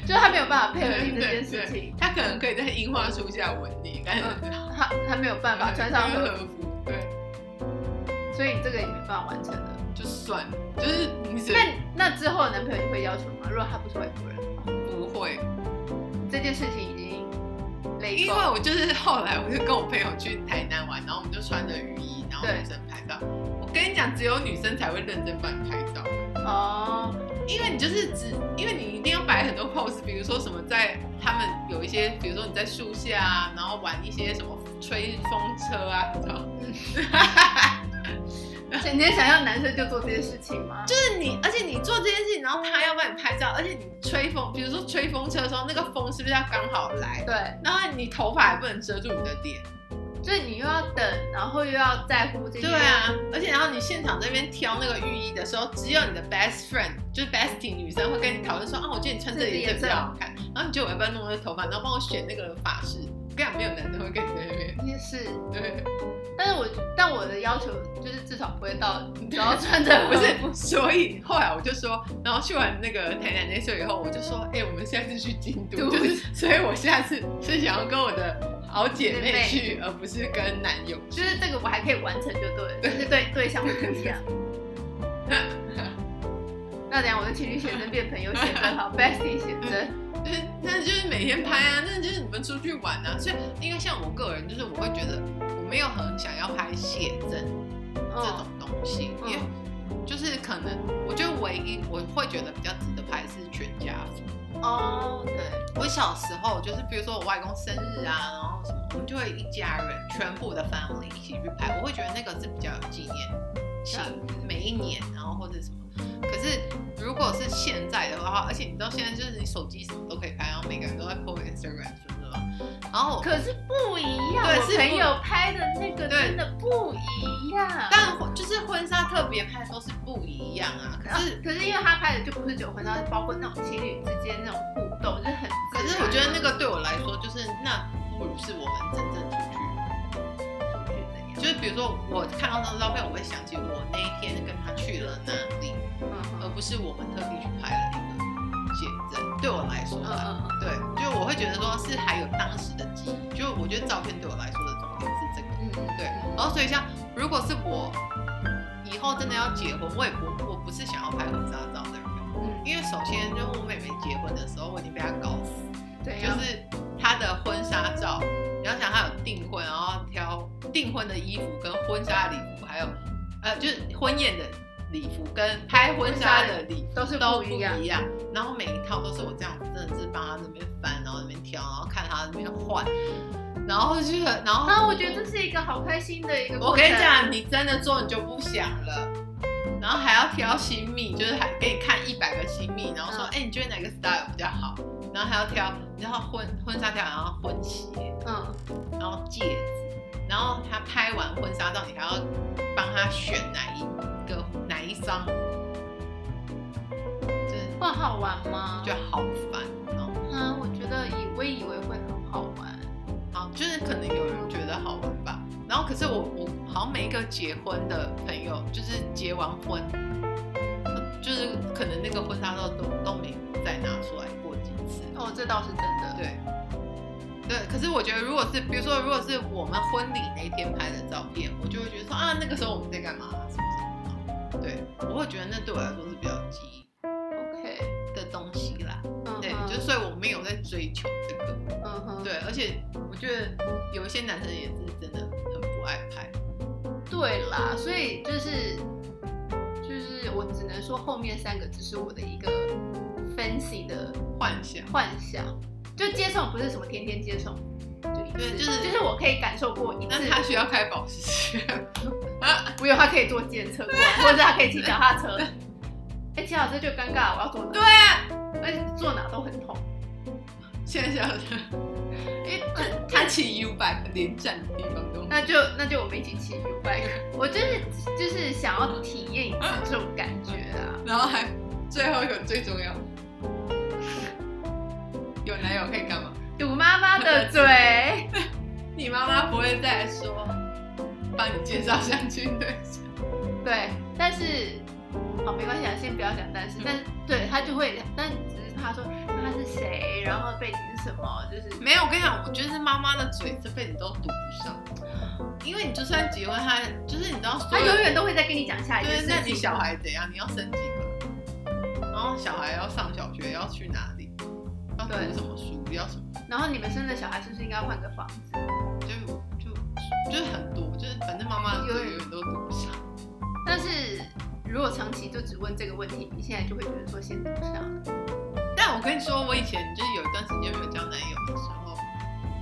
S2: 就是他没有办法配合你这件事情，
S1: 他可能可以在樱花树下吻你，但是
S2: 他他没有办法穿上和
S1: 和
S2: 服，
S1: 服，对，
S2: 所以你这个也没办法完成的。
S1: 就算了，就是你只
S2: 那那之后男朋友你会要求吗？如果他不是外国人，
S1: 不会。
S2: 这件事情已经累
S1: 因为
S2: 够，
S1: 我就是后来我就跟我朋友去台南玩，然后我们就穿着雨衣，然后
S2: 对
S1: 女生拍照。我跟你讲，只有女生才会认真帮你拍照，
S2: 哦，
S1: 因为你就是只，因为你一定要摆很多 pose，比如说什么在他们有一些，比如说你在树下啊，然后玩一些什么吹风车啊，你知道？
S2: 你能想要男生就做这件事情吗？
S1: 就是你，而且你做这件事情，然后他要帮你拍照，而且你吹风，比如说吹风车的时候，那个风是不是要刚好来？
S2: 对。
S1: 然后你头发也不能遮住你的脸，
S2: 就是你又要等，然后又要在乎这些，
S1: 对啊，而且然后你现场这边挑那个浴衣的时候，只有你的 best friend 就是 bestie 女生会跟你讨论说啊，我觉得你穿这个颜色比较好看，然后你觉得我要不要弄这个头发，然后帮我选那个发饰。我跟你讲，没有男生会跟你在那边，
S2: 也是。
S1: 对，
S2: 但是我但我的要求就是至少不会到，只 要穿着
S1: 不是，所以后来我就说，然后去完那个台南那次以后，我就说，哎、我们下次去京都，
S2: 对
S1: 就是，所以我下次是想要跟我的熬姐
S2: 姐
S1: 妹
S2: 妹
S1: 去，而不是跟男友去。
S2: 就是这个我还可以完成就对了，就是对对象会不一样。 那等一下我的情侣写真变朋友写 真好，bestie 写真，
S1: 就是那就是每天拍啊，那就是你们出去玩啊。所以应该像我个人，就是我会觉得我没有很想要拍写真这种
S2: 嗯，
S1: 东西，
S2: 嗯
S1: 因为就是可能我觉得唯一我会觉得比较值得拍是全家福。
S2: 哦，对，
S1: 我小时候就是，比如说我外公生日啊，然后什么，我们就会一家人全部的 family 一起去拍，我会觉得那个是比较有纪念性，每一年，然后或者什么。可是如果是现在的话，而且你知道现在就是你手机什么都可以拍，然后每个人都在 po Instagram 什么的嘛，然后我
S2: 哦可是不一样，
S1: 对
S2: 我
S1: 是不
S2: 朋友拍的那个
S1: 对
S2: 真的不一样。
S1: 但我就是婚纱特别拍都是不一样啊，可
S2: 啊
S1: 是。
S2: 可是因为他拍的就不是九婚纱，是包括那种情侣之间那种互动，就是很自
S1: 可
S2: 然。
S1: 是我觉得那个对我来说，就是那不是我们真正出去。
S2: 出去怎样？
S1: 就是比如说，我看到那张照片，我会想起我那一天跟他去了哪里，而
S2: 嗯
S1: 不是我们特地去拍了一个写真。对我来说
S2: 嗯
S1: 啦，
S2: 嗯嗯，
S1: 对，就我会觉得说是还有当时的记忆。就我觉得照片对我来说的重点是这个，
S2: 嗯嗯
S1: 对。然后所以像如果是我以后真的要结婚，我也不我不是想要拍婚纱照的人，
S2: 嗯，
S1: 因为首先就是我妹妹结婚的时候，我已经被她搞死了。
S2: 对，啊
S1: 就
S2: 然后
S1: 是她的婚纱照，你要想她有订婚，然后挑订婚的衣服跟婚纱礼服，还有呃，就是婚宴的礼服跟拍婚纱的礼服
S2: 都是
S1: 都
S2: 不
S1: 不
S2: 一
S1: 一
S2: 样
S1: 样。然后每一套都是我这样，真的是帮她那边翻，然后那边挑，然后看她那边换，然后就然后
S2: 啊，我觉得这是一个好开心的一个。
S1: 我跟你讲，，你真的做你就不想了。然后还要挑新密，就是还给你看一百个新密，然后说，
S2: 嗯
S1: 哎、你觉得哪个 style 比较好？然后还要挑，然后婚婚纱挑，然后婚鞋，
S2: 嗯，
S1: 然后戒指，然后他拍完婚纱照，你还要帮他选哪一个哪一张，就是
S2: 会好玩吗？
S1: 就好烦哦。
S2: 嗯，我觉得以我以为会很好玩。
S1: 好，就是可能有人觉得好玩吧。然后可是我我好像每一个结婚的朋友，就是结完婚，呃就是可能那个婚纱照都都没再拿出来过几次。
S2: 哦，这倒是真的。
S1: 对，对。可是我觉得，如果是比如说，如果是我们婚礼那天拍的照片，我就会觉得说啊，那个时候我们在干嘛、什么什么的。对，我会觉得那对我来说是比较有记忆
S2: OK，
S1: 的东西啦。
S2: 嗯
S1: 对，
S2: 哼
S1: 就所以我没有在追求这个。
S2: 嗯哼，
S1: 对，而且我觉得有一些男生也是真的很不爱拍，
S2: 对啦，所以就是就是我只能说后面三个只是我的一个分析的
S1: 幻想。
S2: 幻想，就接受不是什么天天接受，就一
S1: 对
S2: 次，
S1: 就是
S2: 就是我可以感受过一次
S1: 但，他需要开保时捷，
S2: 不用他可以坐电车过来，或者他可以骑脚踏 车。哎，骑脚踏车就尴尬了，我要坐哪？对啊，而且坐哪都很痛，
S1: 现在想
S2: 因为
S1: 他骑 U bike 连站的地方都没有
S2: 那就那就我们一起骑 U bike，我就是就是想要体验一次这种感觉啊。
S1: 然后还最后一个最重要，有男友可以干嘛？
S2: 堵妈妈嗯的嘴，
S1: 你妈妈不会再说帮你介绍相亲对象，
S2: 对，但是好没关系啊，先不要讲但是，但是对他就会，但只是他说那他是谁，然后背景是什么，就是
S1: 没有。我跟你讲，我觉得是妈妈的嘴这辈子都堵不上，因为你就算结婚，她就是你知道，
S2: 他永远都会再跟你讲下一件
S1: 对，
S2: 事
S1: 那
S2: 情。
S1: 你小孩怎样？你要生几个？然后小孩要上小学，要去哪里？要读
S2: 对
S1: 什么书？要什么？
S2: 然后你们生的小孩是不是应该换个房子？
S1: 就就就是很多，就是反正妈妈的
S2: 有
S1: 嘴永远都读不上。
S2: 但是如果长期就只问这个问题，你现在就会觉得说先读上了。
S1: 但我跟你说，我以前就是有一段时间没有交男友的时候，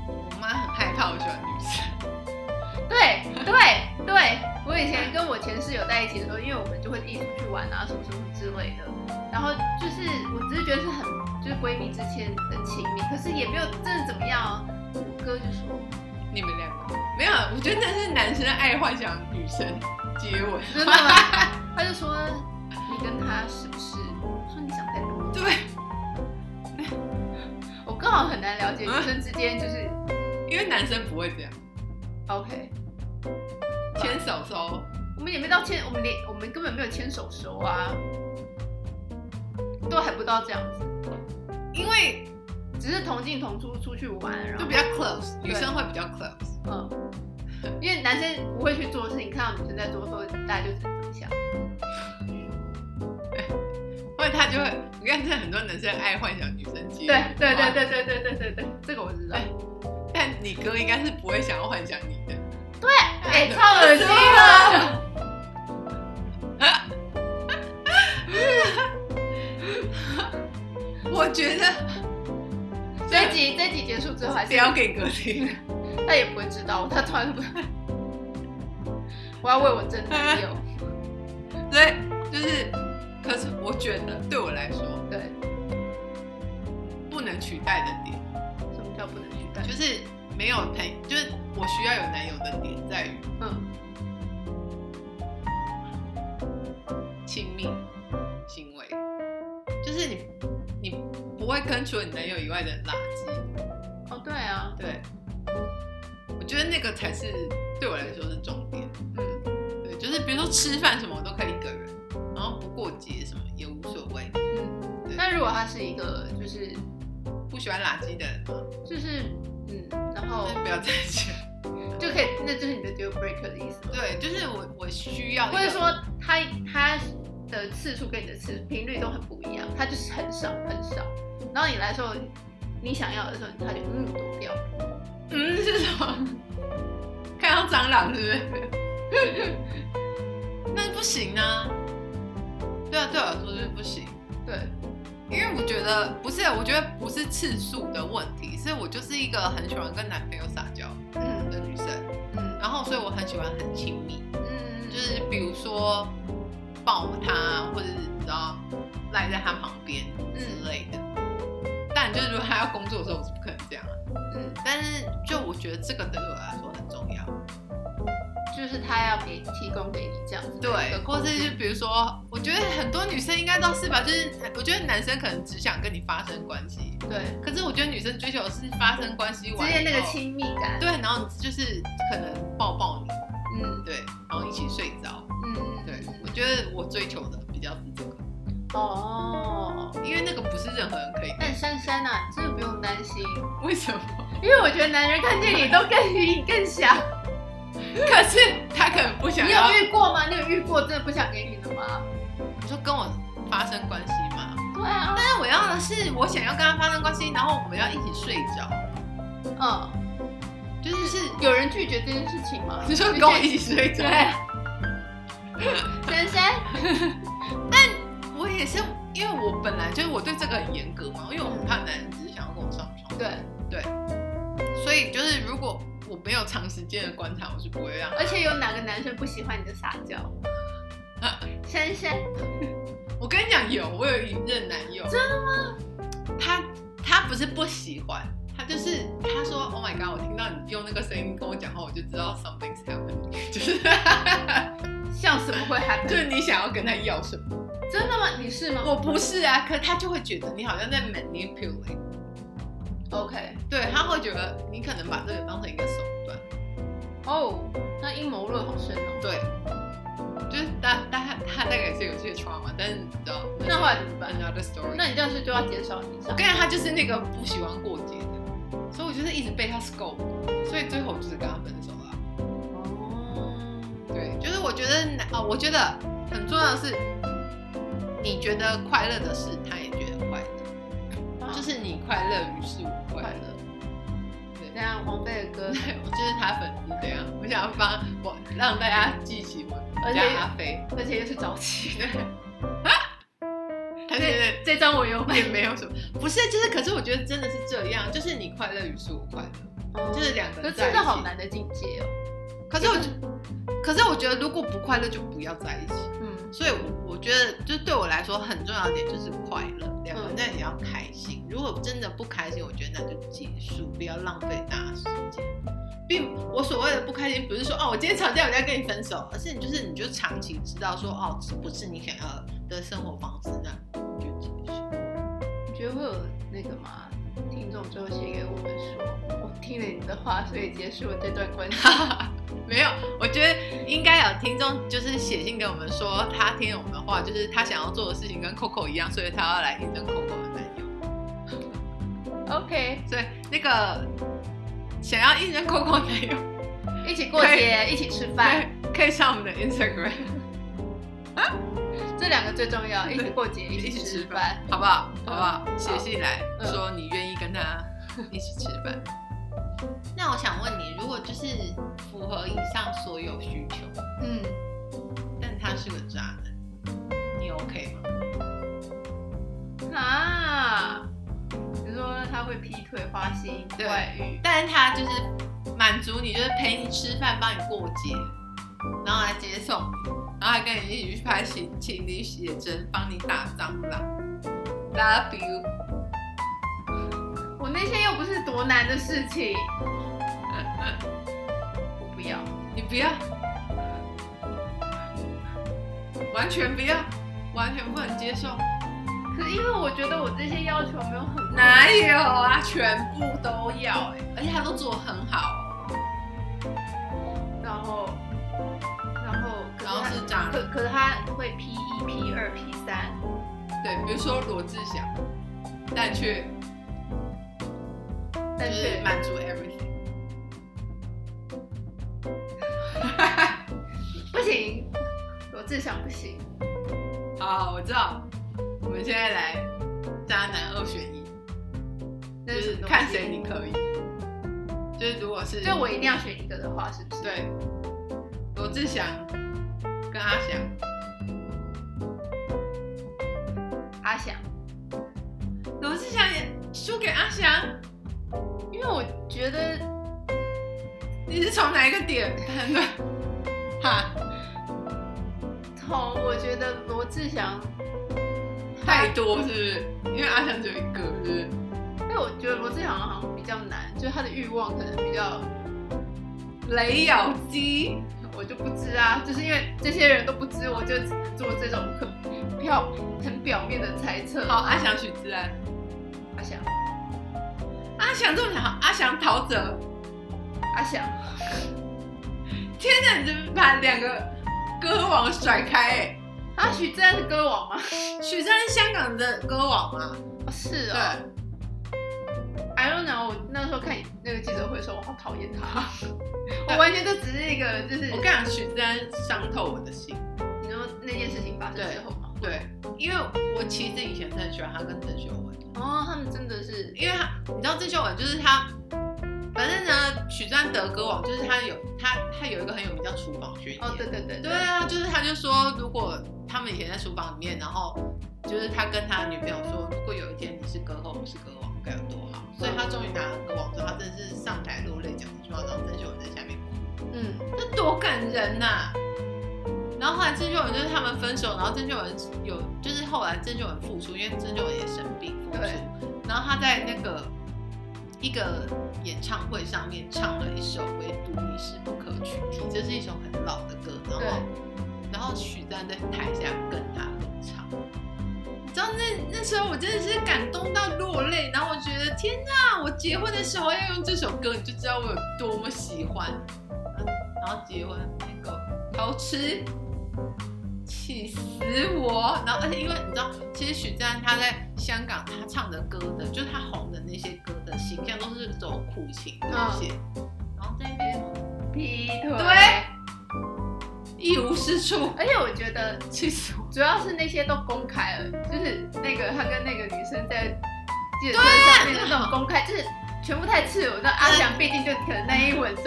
S1: 我妈很害怕我喜欢女生。
S2: 对对对，我以前跟我前室友在一起的时候，因为我们就会一起出去玩啊，什么什么之类的。然后就是，我只是觉得是很就是闺蜜之间的亲密，可是也没有真的怎么样哦。我哥就说，
S1: 你们两个没有？啊我觉得那是男生爱幻想女生接吻。
S2: 真的吗？他就说你跟他是不是？我说你想太多了。
S1: 对，
S2: 我刚好很难了解女生之间就是
S1: 因为男生不会这样，
S2: OK，
S1: 牵手手。
S2: 我们也没到牵，我们连我们根本没有牵手手啊，都还不到这样子。
S1: 因为
S2: 只是同进同出出去玩，然后
S1: 就比较 close，
S2: 对
S1: 女生会比较 close。
S2: 嗯，因为男生不会去做的事情，看到女生在做的时候，大家就只能这么想。
S1: 或者他就会，你看这很多男生爱幻想女生接，
S2: 对对对，对对对对对嗯对，这个我知道。
S1: 对但你哥应该是不会想要幻想你的，
S2: 哎、超恶心啊了！
S1: 我觉得
S2: 这一集这一集结束之后，还
S1: 不
S2: 是
S1: 要给哥听，
S2: 他也不会知道，他突然不， 我要为我真男友。
S1: 所以就是，可是我觉得对我来说
S2: 对，
S1: 不能取代的点。
S2: 什么叫不能取代？
S1: 就是没有朋，就是我需要有男友的点在于
S2: 嗯，
S1: 亲密行为，就是你你不会跟除了你男友以外的垃圾，
S2: 哦对啊，
S1: 对，我觉得那个才是对我来说是重点，
S2: 嗯
S1: 对，就是比如说吃饭什么我都可以一个人，然后不过节什么也无所谓，
S2: 嗯。那如果他是一个就是
S1: 不喜欢垃圾的人嘛，
S2: 就是嗯，然后
S1: 就是不要在一起，
S2: 就可以，那就是你的 deal breaker 的意思吗？
S1: 对，就是我我需要一个，
S2: 或者说他他的次数跟你的次频率都很不一样，他就是很少很少。然后你来说，你想要的时候，他就嗯躲掉。
S1: 嗯是什么？看到蟑螂是不是？ 那不行啊！对啊，对我来说就是不行，
S2: 对，
S1: 因为我觉得不是，我觉得不是次数的问题，是我就是一个很喜欢跟男朋友撒娇
S2: 嗯
S1: 的女生，
S2: 嗯
S1: 然后所以我很喜欢很亲密，
S2: 嗯，
S1: 就是比如说抱他，或者是你知道赖在他旁边之类的。但就是如果他要工作的时候，我是不可能这样啊。
S2: 嗯，
S1: 但是就我觉得这个对我来说很重要。
S2: 就是他要给提供给你这样子的一
S1: 对
S2: 个，
S1: 或
S2: 空
S1: 者
S2: 间，
S1: 是比如说，我觉得很多女生应该都是吧，就是我觉得男生可能只想跟你发生关系，
S2: 对
S1: 可是我觉得女生追求的是发生关系
S2: 之
S1: 完
S2: 间那个
S1: 以后，
S2: 亲密感，
S1: 对，然后就是可能抱抱你，
S2: 嗯
S1: 对，然后一起睡着，
S2: 嗯嗯，
S1: 对，我觉得我追求的比较是这个，
S2: 哦。
S1: 因为那个不是任何人可以给
S2: 但珊珊啊，真的不用担心，
S1: 的，为什么？
S2: 因为我觉得男人看见你都更 晕更想。
S1: 可是他可能不想
S2: 你
S1: 要
S2: 有，遇过吗？你有遇过真的不想给你的吗？
S1: 你说跟我发生关系吗？
S2: 对啊，
S1: 但是我要的是，我想要跟他发生关系，然后我们要一起睡着，
S2: 嗯。
S1: 就是是。
S2: 有人拒绝这件事情 吗？
S1: 你说跟我 一起睡着
S2: 对， 珊珊，
S1: 我也是，因为我本来就是我对这个很严格嘛，因为我很怕男人只是想要跟我上床，
S2: 对，
S1: 所以就是如果我没有长时间的观察，我是不会让。
S2: 而且有哪个男生不喜欢你的撒娇？
S1: 啊
S2: 珊珊，
S1: 我跟你讲，有我有一任男友，真的吗？他他不是不喜欢，他就是他说，Oh my god，我听到你用那个声音跟我讲话，我就知道 something's happening，就是
S2: 像什么会
S1: 就
S2: happen？
S1: 是你想要跟他要什么。
S2: 真的吗？你是吗
S1: 我不是啊，可他就会觉得你好像在 manipulate，
S2: ？OK，
S1: 对他会觉得你可能把这个当成一个手段。
S2: 哦，那阴谋论好深哦。
S1: 对，就是大大他他大概也是有些 trauma，但是你知道
S2: 那后来怎么办
S1: Another story。
S2: 那你这样是就要减少你
S1: 我
S2: 上
S1: 跟你讲，他就是那个不喜欢过节的，所以我就是一直被他 scold，所以最后我就是跟他分手了。
S2: 哦，
S1: 对，就是我觉得男哦，我觉得很重要的是，你觉得快乐的事，他也觉得快乐，
S2: 啊
S1: 就是你快乐，于是我快乐。对，
S2: 这样王菲的 歌，
S1: 对我就是他粉丝这样，我想要帮我让大家记起我
S2: 而
S1: 家
S2: 且
S1: 阿飞，
S2: 而且又是早期的，
S1: 他是
S2: 这张我有买
S1: 也。 没有什么，不是，就是，可是我觉得真的是这样，就是你快乐与是我快乐，就是两个
S2: 哦可
S1: 人
S2: 是
S1: 在一起。
S2: 真的好。难的境界哦。
S1: 可是我觉，可是我觉得如果不快乐就不要在一起。
S2: 嗯
S1: 所以我，我觉得就对我来说很重要的点就是快乐，两个人在一起要开心。如果真的不开心，我觉得那就结束，不要浪费大家时间。并我所谓的不开心，不是说哦，我今天吵架我就要跟你分手，而是你就是你就长期知道说哦，这不是你想要的生活方式，那你就结束。
S2: 你觉得会有那个吗？听众最后写给我们说，我听了你的话，所以结束了这段 关系。
S1: 没有，我觉得应该有听众就是写信给我们说，他听我们的话，就是他想要做的事情跟 Coco 一样，所以他要来应征 Coco 的男友。
S2: OK，
S1: 所以那个想要一人扣扣男友，
S2: 一起过节，一起吃饭，
S1: 对，可以上我们的 Instagram
S2: 这两个最重要，一起过节，一起吃饭。，
S1: 好不好？好不好？
S2: 嗯
S1: 写信来
S2: 嗯
S1: 说你愿意跟他一起吃饭。
S3: 那我想问你，如果就是符合以上所有需求，
S2: 嗯，
S3: 但他是个渣男，你 OK 吗？
S2: 啊，你说他会劈腿、花心、
S3: 对
S2: 外遇，
S3: 但是他就是满足你，就是陪你吃饭，帮你过节，然后来接送你，然后还跟你一起去拍行情侣写真，帮你打蟑螂，love you。
S2: 我那些又不是多难的事情，我不要。
S1: 你不要，完全不要，完全不能接受。
S2: 可是因为我觉得我这些要求没有很
S1: 哪有啊？全部都要哎、而且他都做得很好、哦
S2: 然后，然后，可
S1: 然后
S2: 他
S1: 是渣男
S2: 可可是他会 P 一、P 二、P 三，
S1: 哦。对，比如说罗志祥，但却
S2: 但
S1: 就是
S2: 是
S1: 满足 everything。
S2: 不行，罗志祥不行。
S1: 好，我知道。我们现在来渣男二选一，
S2: 那
S1: 就是
S2: 什么东西
S1: 看谁你可以。就是如果是
S2: 就我一定要选一个的话，是不是？，
S1: 对罗志祥跟阿翔，
S2: 阿翔，
S1: 罗志祥也输给阿翔。
S2: 因为我觉得
S1: 你是从哪一个点 判断？哈，
S2: 从我觉得罗志祥，
S1: 太多是不是？因为阿翔只有一个，是不是？
S2: 因为我觉得罗志祥好像比较难，就是他的欲望可能比较，
S1: 雷咬肌，
S2: 我就不知啊，就是因为这些人都不知，我就只能做这种很表很表面的猜测。
S1: 好，阿翔许志安，
S2: 阿翔，
S1: 阿翔这么想，阿翔陶喆，
S2: 阿翔，
S1: 天哪，你这把两个歌王甩开、欸，
S2: 啊，许志安是歌王吗？
S1: 许志安是香港的歌王嘛？
S2: 哦是
S1: 对，啊
S2: 哦。I don't know，我那时候看那个记者会的时候，我好讨厌他， 我完全就只是一个就是
S1: 我跟你讲，许志安伤透我的心。
S2: 你说那件事情发生之后嘛，
S1: 对，因为我其实以前是很喜欢他跟郑秀文的，
S2: 哦，他们真的是
S1: 因为他，你知道郑秀文就是他，反正呢，许志安得歌王就是他有他他有一个很有名叫厨房宣言。
S2: 哦，对对对
S1: 对啊，就是他就说，如果他们以前在书房里面，然后就是他跟他女朋友说，如果有一天你是歌后，我是歌王，该有多好。所以他终于拿了歌王之后，他真的是上台落泪讲这句话，然后郑秀文在下面哭，
S2: 嗯，
S1: 这多感人呐、然后后来郑秀文就是他们分手，然后郑秀文有就是后来郑秀文复出，因为郑秀文也生病复出
S2: 对，
S1: 然后他在那个一个演唱会上面唱了一首《唯独你是不可取替》，这是一首很老的歌，然后然后许丹在台下跟他合唱，你知道那那时候我真的是感动到落泪，然后我觉得天哪，我结婚的时候要用这首歌，你就知道我有多么喜欢。嗯然后结婚那个偷吃，气死我！然后而且因为你知道，其实许丹他在香港他唱的歌的，就是他红的那些歌的形象都是走苦情路线，
S2: 嗯
S1: 然后这边
S2: 劈腿，
S1: 对一无是处，
S2: 而且我觉得
S1: 气死我！
S2: 主要是那些都公开了，就是那个他跟那个女生在记者会上面的那种公开，就是全部太赤裸。那阿翔毕竟就可能那一文 章，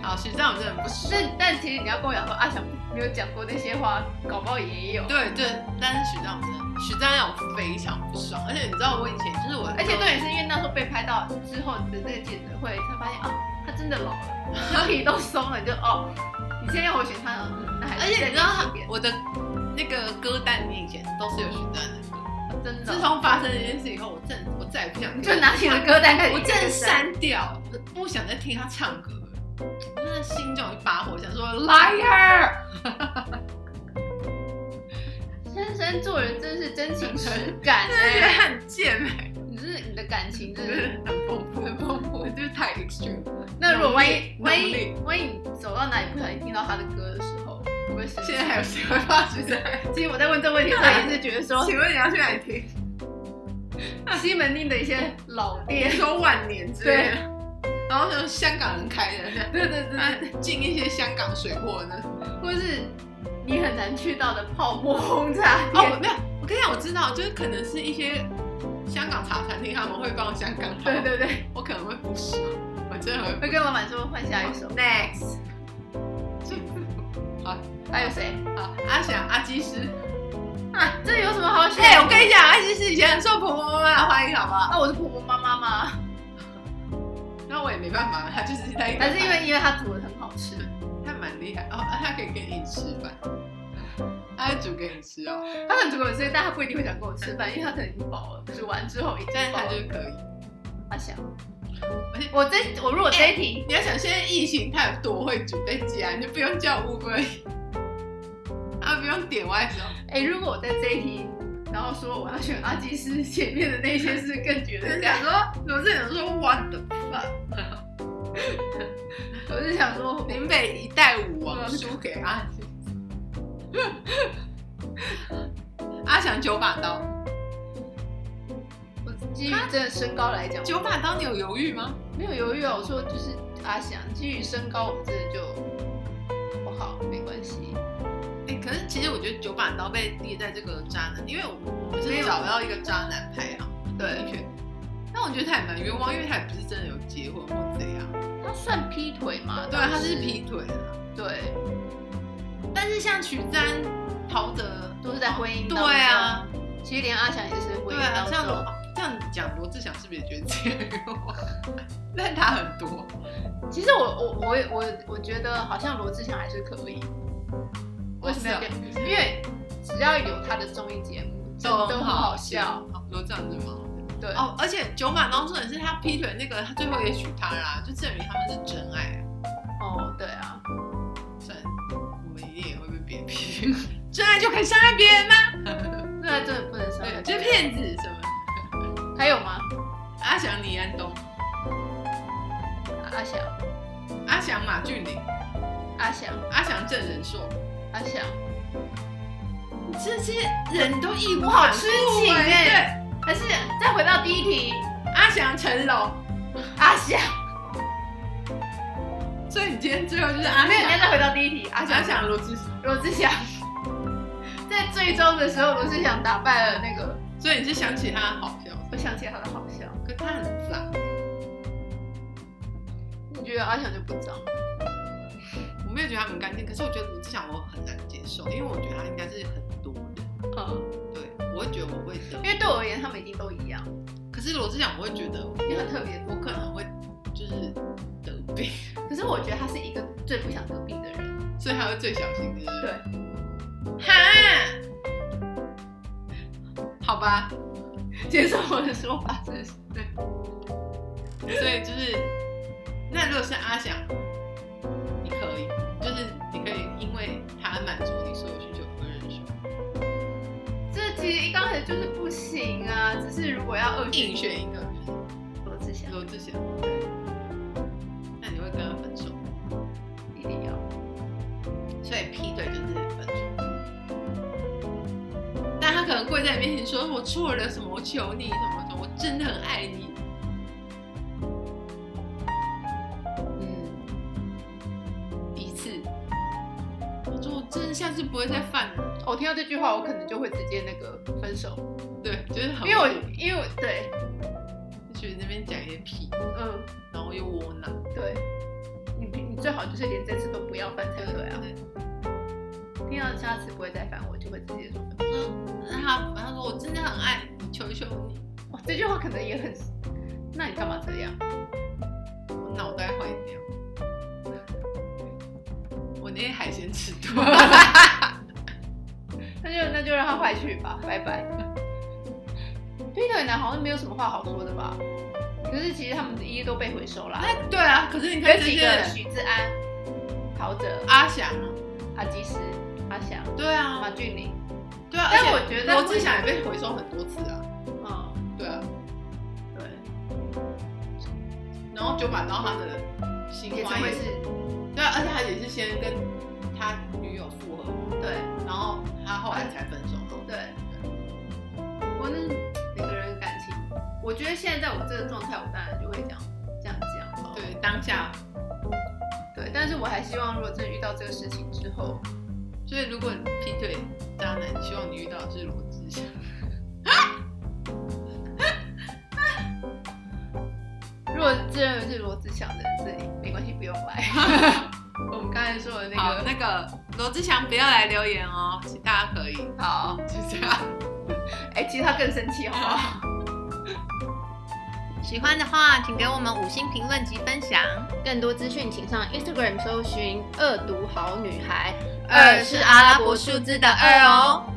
S1: 好，许丹我真的不熟。
S2: 但但其实你要跟我讲说阿翔没有讲过那些话，搞不好也有。
S1: 对对，但是许章真的，许章让我非常不爽，而且你知道我以前就是我，
S2: 而且重点是因为那时候被拍到之后的那个记者会，才发现哦，他真的老了，皮都松了，就哦，你现在要我选他，嗯，那还是
S1: 而且你知道
S2: 再
S1: 他
S2: 年轻一点
S1: 我的那个歌单里面以前都是有许章的歌，
S2: 真的
S1: 自从发生这件事以后，我真的我再也不想
S2: 你
S1: 听
S2: 就拿起了歌单开始，
S1: 我真的删掉，我不想再听他唱歌了，我真的心中有一把火，想说 liar，
S2: 先生做人真是真情实 感
S1: 真的觉得
S2: 哎、
S1: 很贱哎、
S2: 你这是你的感情
S1: 就是
S2: 真是。
S1: 很丰富，很丰富，就是太 extreme 了。
S2: 那如果万一
S1: 努力
S2: 万
S1: 努
S2: 一
S1: 力
S2: 万一你走到哪里不小心听到他的歌的时候，会不会生气
S1: 现在还有谁会发许章？
S2: 其实我在问这个问题的时候，也是觉得说，
S1: 请问你要去哪里听？
S2: 西门町的一些老
S1: 别
S2: 店。
S1: 说万年之类的。然后就是香港人开的，这
S2: 对对对对
S1: 样那进一些香港水货呢。
S2: 或是你很难去到的泡沫轰炸店。
S1: 哦，没有，我跟你讲，我知道，就是可能是一些香港茶餐厅他们会放香港
S2: 对
S1: 茶，
S2: 对对，
S1: 我可能会不爽，我真的会
S2: 会跟老板说换下一
S1: 哦
S2: 首。
S1: Next，
S2: 还有谁？
S1: 好，阿翔阿基师，
S2: 啊，这有什么好选？
S1: 哎、我跟你讲，阿基师以前很受婆婆妈妈的欢迎，好不好？
S2: 啊，我是婆婆妈妈嘛，
S1: 那我也没办法，他就是在一个
S2: 还是因为因为她煮的很好吃。
S1: 他蛮厉害哦，他可以跟你吃饭，他会煮给你吃哦，
S2: 她很煮给我吃，但她不一定会想跟我吃饭，因为她可能已经饱了，煮完之后已经
S1: 但是
S2: 饱
S1: 他
S2: 了
S1: 就是可以。
S2: 她想
S1: 且。
S2: 我这我如果这一题，
S1: 你要想现在疫情，他有多会煮在家，你就不用叫 Uber，他不用点外送。
S2: 哎、如果我在这一题，然后说我要选阿基斯，前面的那些是更觉得这样。
S1: 想说，我是想说，what the fuck？
S2: 我是想说，
S1: 林北一代舞王输给阿信， 阿翔九把刀，
S2: 我基于真的身高来讲，
S1: 九把刀你有犹豫吗？
S2: 没有犹豫啊，我说就是阿翔，基于身高，我们真的就不好，没关系。
S1: 哎、可是其实我觉得九把刀被列在这个渣男，因为我我们是
S2: 没有
S1: 找不到一个渣男排行，的
S2: 对，
S1: 确。但我觉得他也蛮冤枉，因为他也不是真的有结婚或怎样，
S2: 他算劈腿嘛？
S1: 对，啊
S2: 当时
S1: 他是。劈腿啊的。
S2: 对，
S1: 但是像曲簪、陶喆
S2: 都是在婚姻当中
S1: 啊对啊，
S2: 其实连阿翔也是
S1: 对
S2: 婚姻
S1: 啊
S2: 当，
S1: 像罗
S2: 中，
S1: 这样你讲罗志祥是不是也觉得自己很冤枉？ 但他很多，
S2: 其实我我我也我我觉得好像罗志祥还是可以，为什么要变？因为只要有他的综艺节目，真的
S1: 都
S2: 都
S1: 很
S2: 很好笑。。
S1: 罗志祥哦是蛮好的
S2: 对，
S1: 哦，而且九马当中也是他劈腿那个，他最后也娶她啦，就证明他们是真爱啊。
S2: 哦，对啊，
S1: 算了，我们一定也会被别人批评。 真爱就可以伤害别人吗？
S2: 对啊，真的不能伤
S1: 对，
S2: 害。
S1: 就是骗子什么？
S2: 还有吗？
S1: 阿翔李安东，
S2: 阿翔，
S1: 阿翔马俊麟，
S2: 阿翔，
S1: 阿翔郑仁硕，
S2: 阿翔，
S1: 这些人都义无
S2: 我好
S1: 反
S2: 痴
S1: 顾
S2: 情
S1: 欸
S2: 欸
S1: 对
S2: 还是再回到第一题，
S1: 阿翔、成龙，
S2: 阿翔。
S1: 所以你今天最后就是阿
S2: 没有，你要
S1: 翔、
S2: 再回到第一题。阿
S1: 阿
S2: 翔，
S1: 翔、罗志祥，
S2: 罗志祥， 在最终的时候，罗志祥打败了那个，
S1: 所以你是想起他好笑，
S2: 我想起他的好笑。
S1: 可他很脏，
S2: 你觉得阿翔就不脏？
S1: 我没有觉得他们干净，可是我觉得罗志祥我很难接受，因为我觉得他应该是很多人，
S2: 嗯，
S1: 对我会觉得我会得
S2: 因，为对我而言，他们已经都一样，
S1: 可是罗志祥我会觉得
S2: 因为很特别
S1: 我
S2: 多。
S1: 可能会就是得病，
S2: 可是我觉得他是一个最不想得病的人。
S1: 所以他会最小心的，
S2: 对，
S1: 哈，好吧，
S2: 接受我的说法是，
S1: 所以就是，那如果是阿翔，你可以，就是你可以因为他满足你所有需求而忍受，
S2: 这其实一刚开始就是不行啊。只是如果要二
S1: 硬选一个就是
S2: 罗志祥，
S1: 罗志祥，那你会跟他分手，
S2: 一定要。
S1: 所以劈腿就是分手。但他可能跪在你面前说：“我错了什么？我求你什么什么？我真的很爱你。
S2: 嗯，”
S1: 一次，我说我真的下次不会再犯了。
S2: 我听到这句话，我可能就会直接那个分手，
S1: 对，就是很
S2: 因为我因为我对，
S1: 我去那边讲一些屁，
S2: 嗯。
S1: 然后又窝囊。
S2: 对，你你最好就是连这次都不要犯才对啊。听到下次不会再犯，我就会直接说分手。
S1: 然后他他说我真的很爱你，求求你，
S2: 哇，这句话可能也很，那你干嘛这样？
S1: 我脑袋坏掉。我那天海鲜吃多 了，
S2: 那就那就让他坏去吧，拜拜。劈腿男好像没有什么话好说的吧？可是其实他们一一都被回收啦。
S1: 哎对啊，可是你看
S2: 有
S1: 这
S2: 几
S1: 些
S2: 个
S1: 人，
S2: 许志安、陶喆、
S1: 阿翔啊，
S2: 阿基斯、阿翔、
S1: 对
S2: 马
S1: 啊，
S2: 俊麟，
S1: 对啊，
S2: 但
S1: 而且
S2: 我觉得
S1: 罗志祥也被回收很多次啊，
S2: 嗯，
S1: 对啊，
S2: 对，
S1: 然后就把到他的新
S2: 也
S1: 欢
S2: 会
S1: 也
S2: 是
S1: 是，，对啊，而且他也是先跟他女友复合，
S2: 对。
S1: 然后他后来才分手的，
S2: 对，我那每个人的感情我觉得现在在我这个状态，我当然就会这样这样讲了。
S1: 对，当下。
S2: 对，但是我还希望，如果真的遇到这个事情之后，
S1: 所以如果你劈腿渣男，希望你遇到的是罗志祥。
S2: 如果这认为是罗志祥的人，这里没关系，不用 来。我们刚才说的
S1: 好，
S2: 那
S1: 那个罗志祥不要来留言哦，请大家可以
S2: 个，好，
S1: 就这样。
S2: 哎、其实他更生气，好不好？
S3: 喜欢的话，请给我们五星评论及分享。
S2: 更多资讯请上 Instagram 搜寻“恶毒好女孩”，
S3: 二是阿拉伯数字的二哦。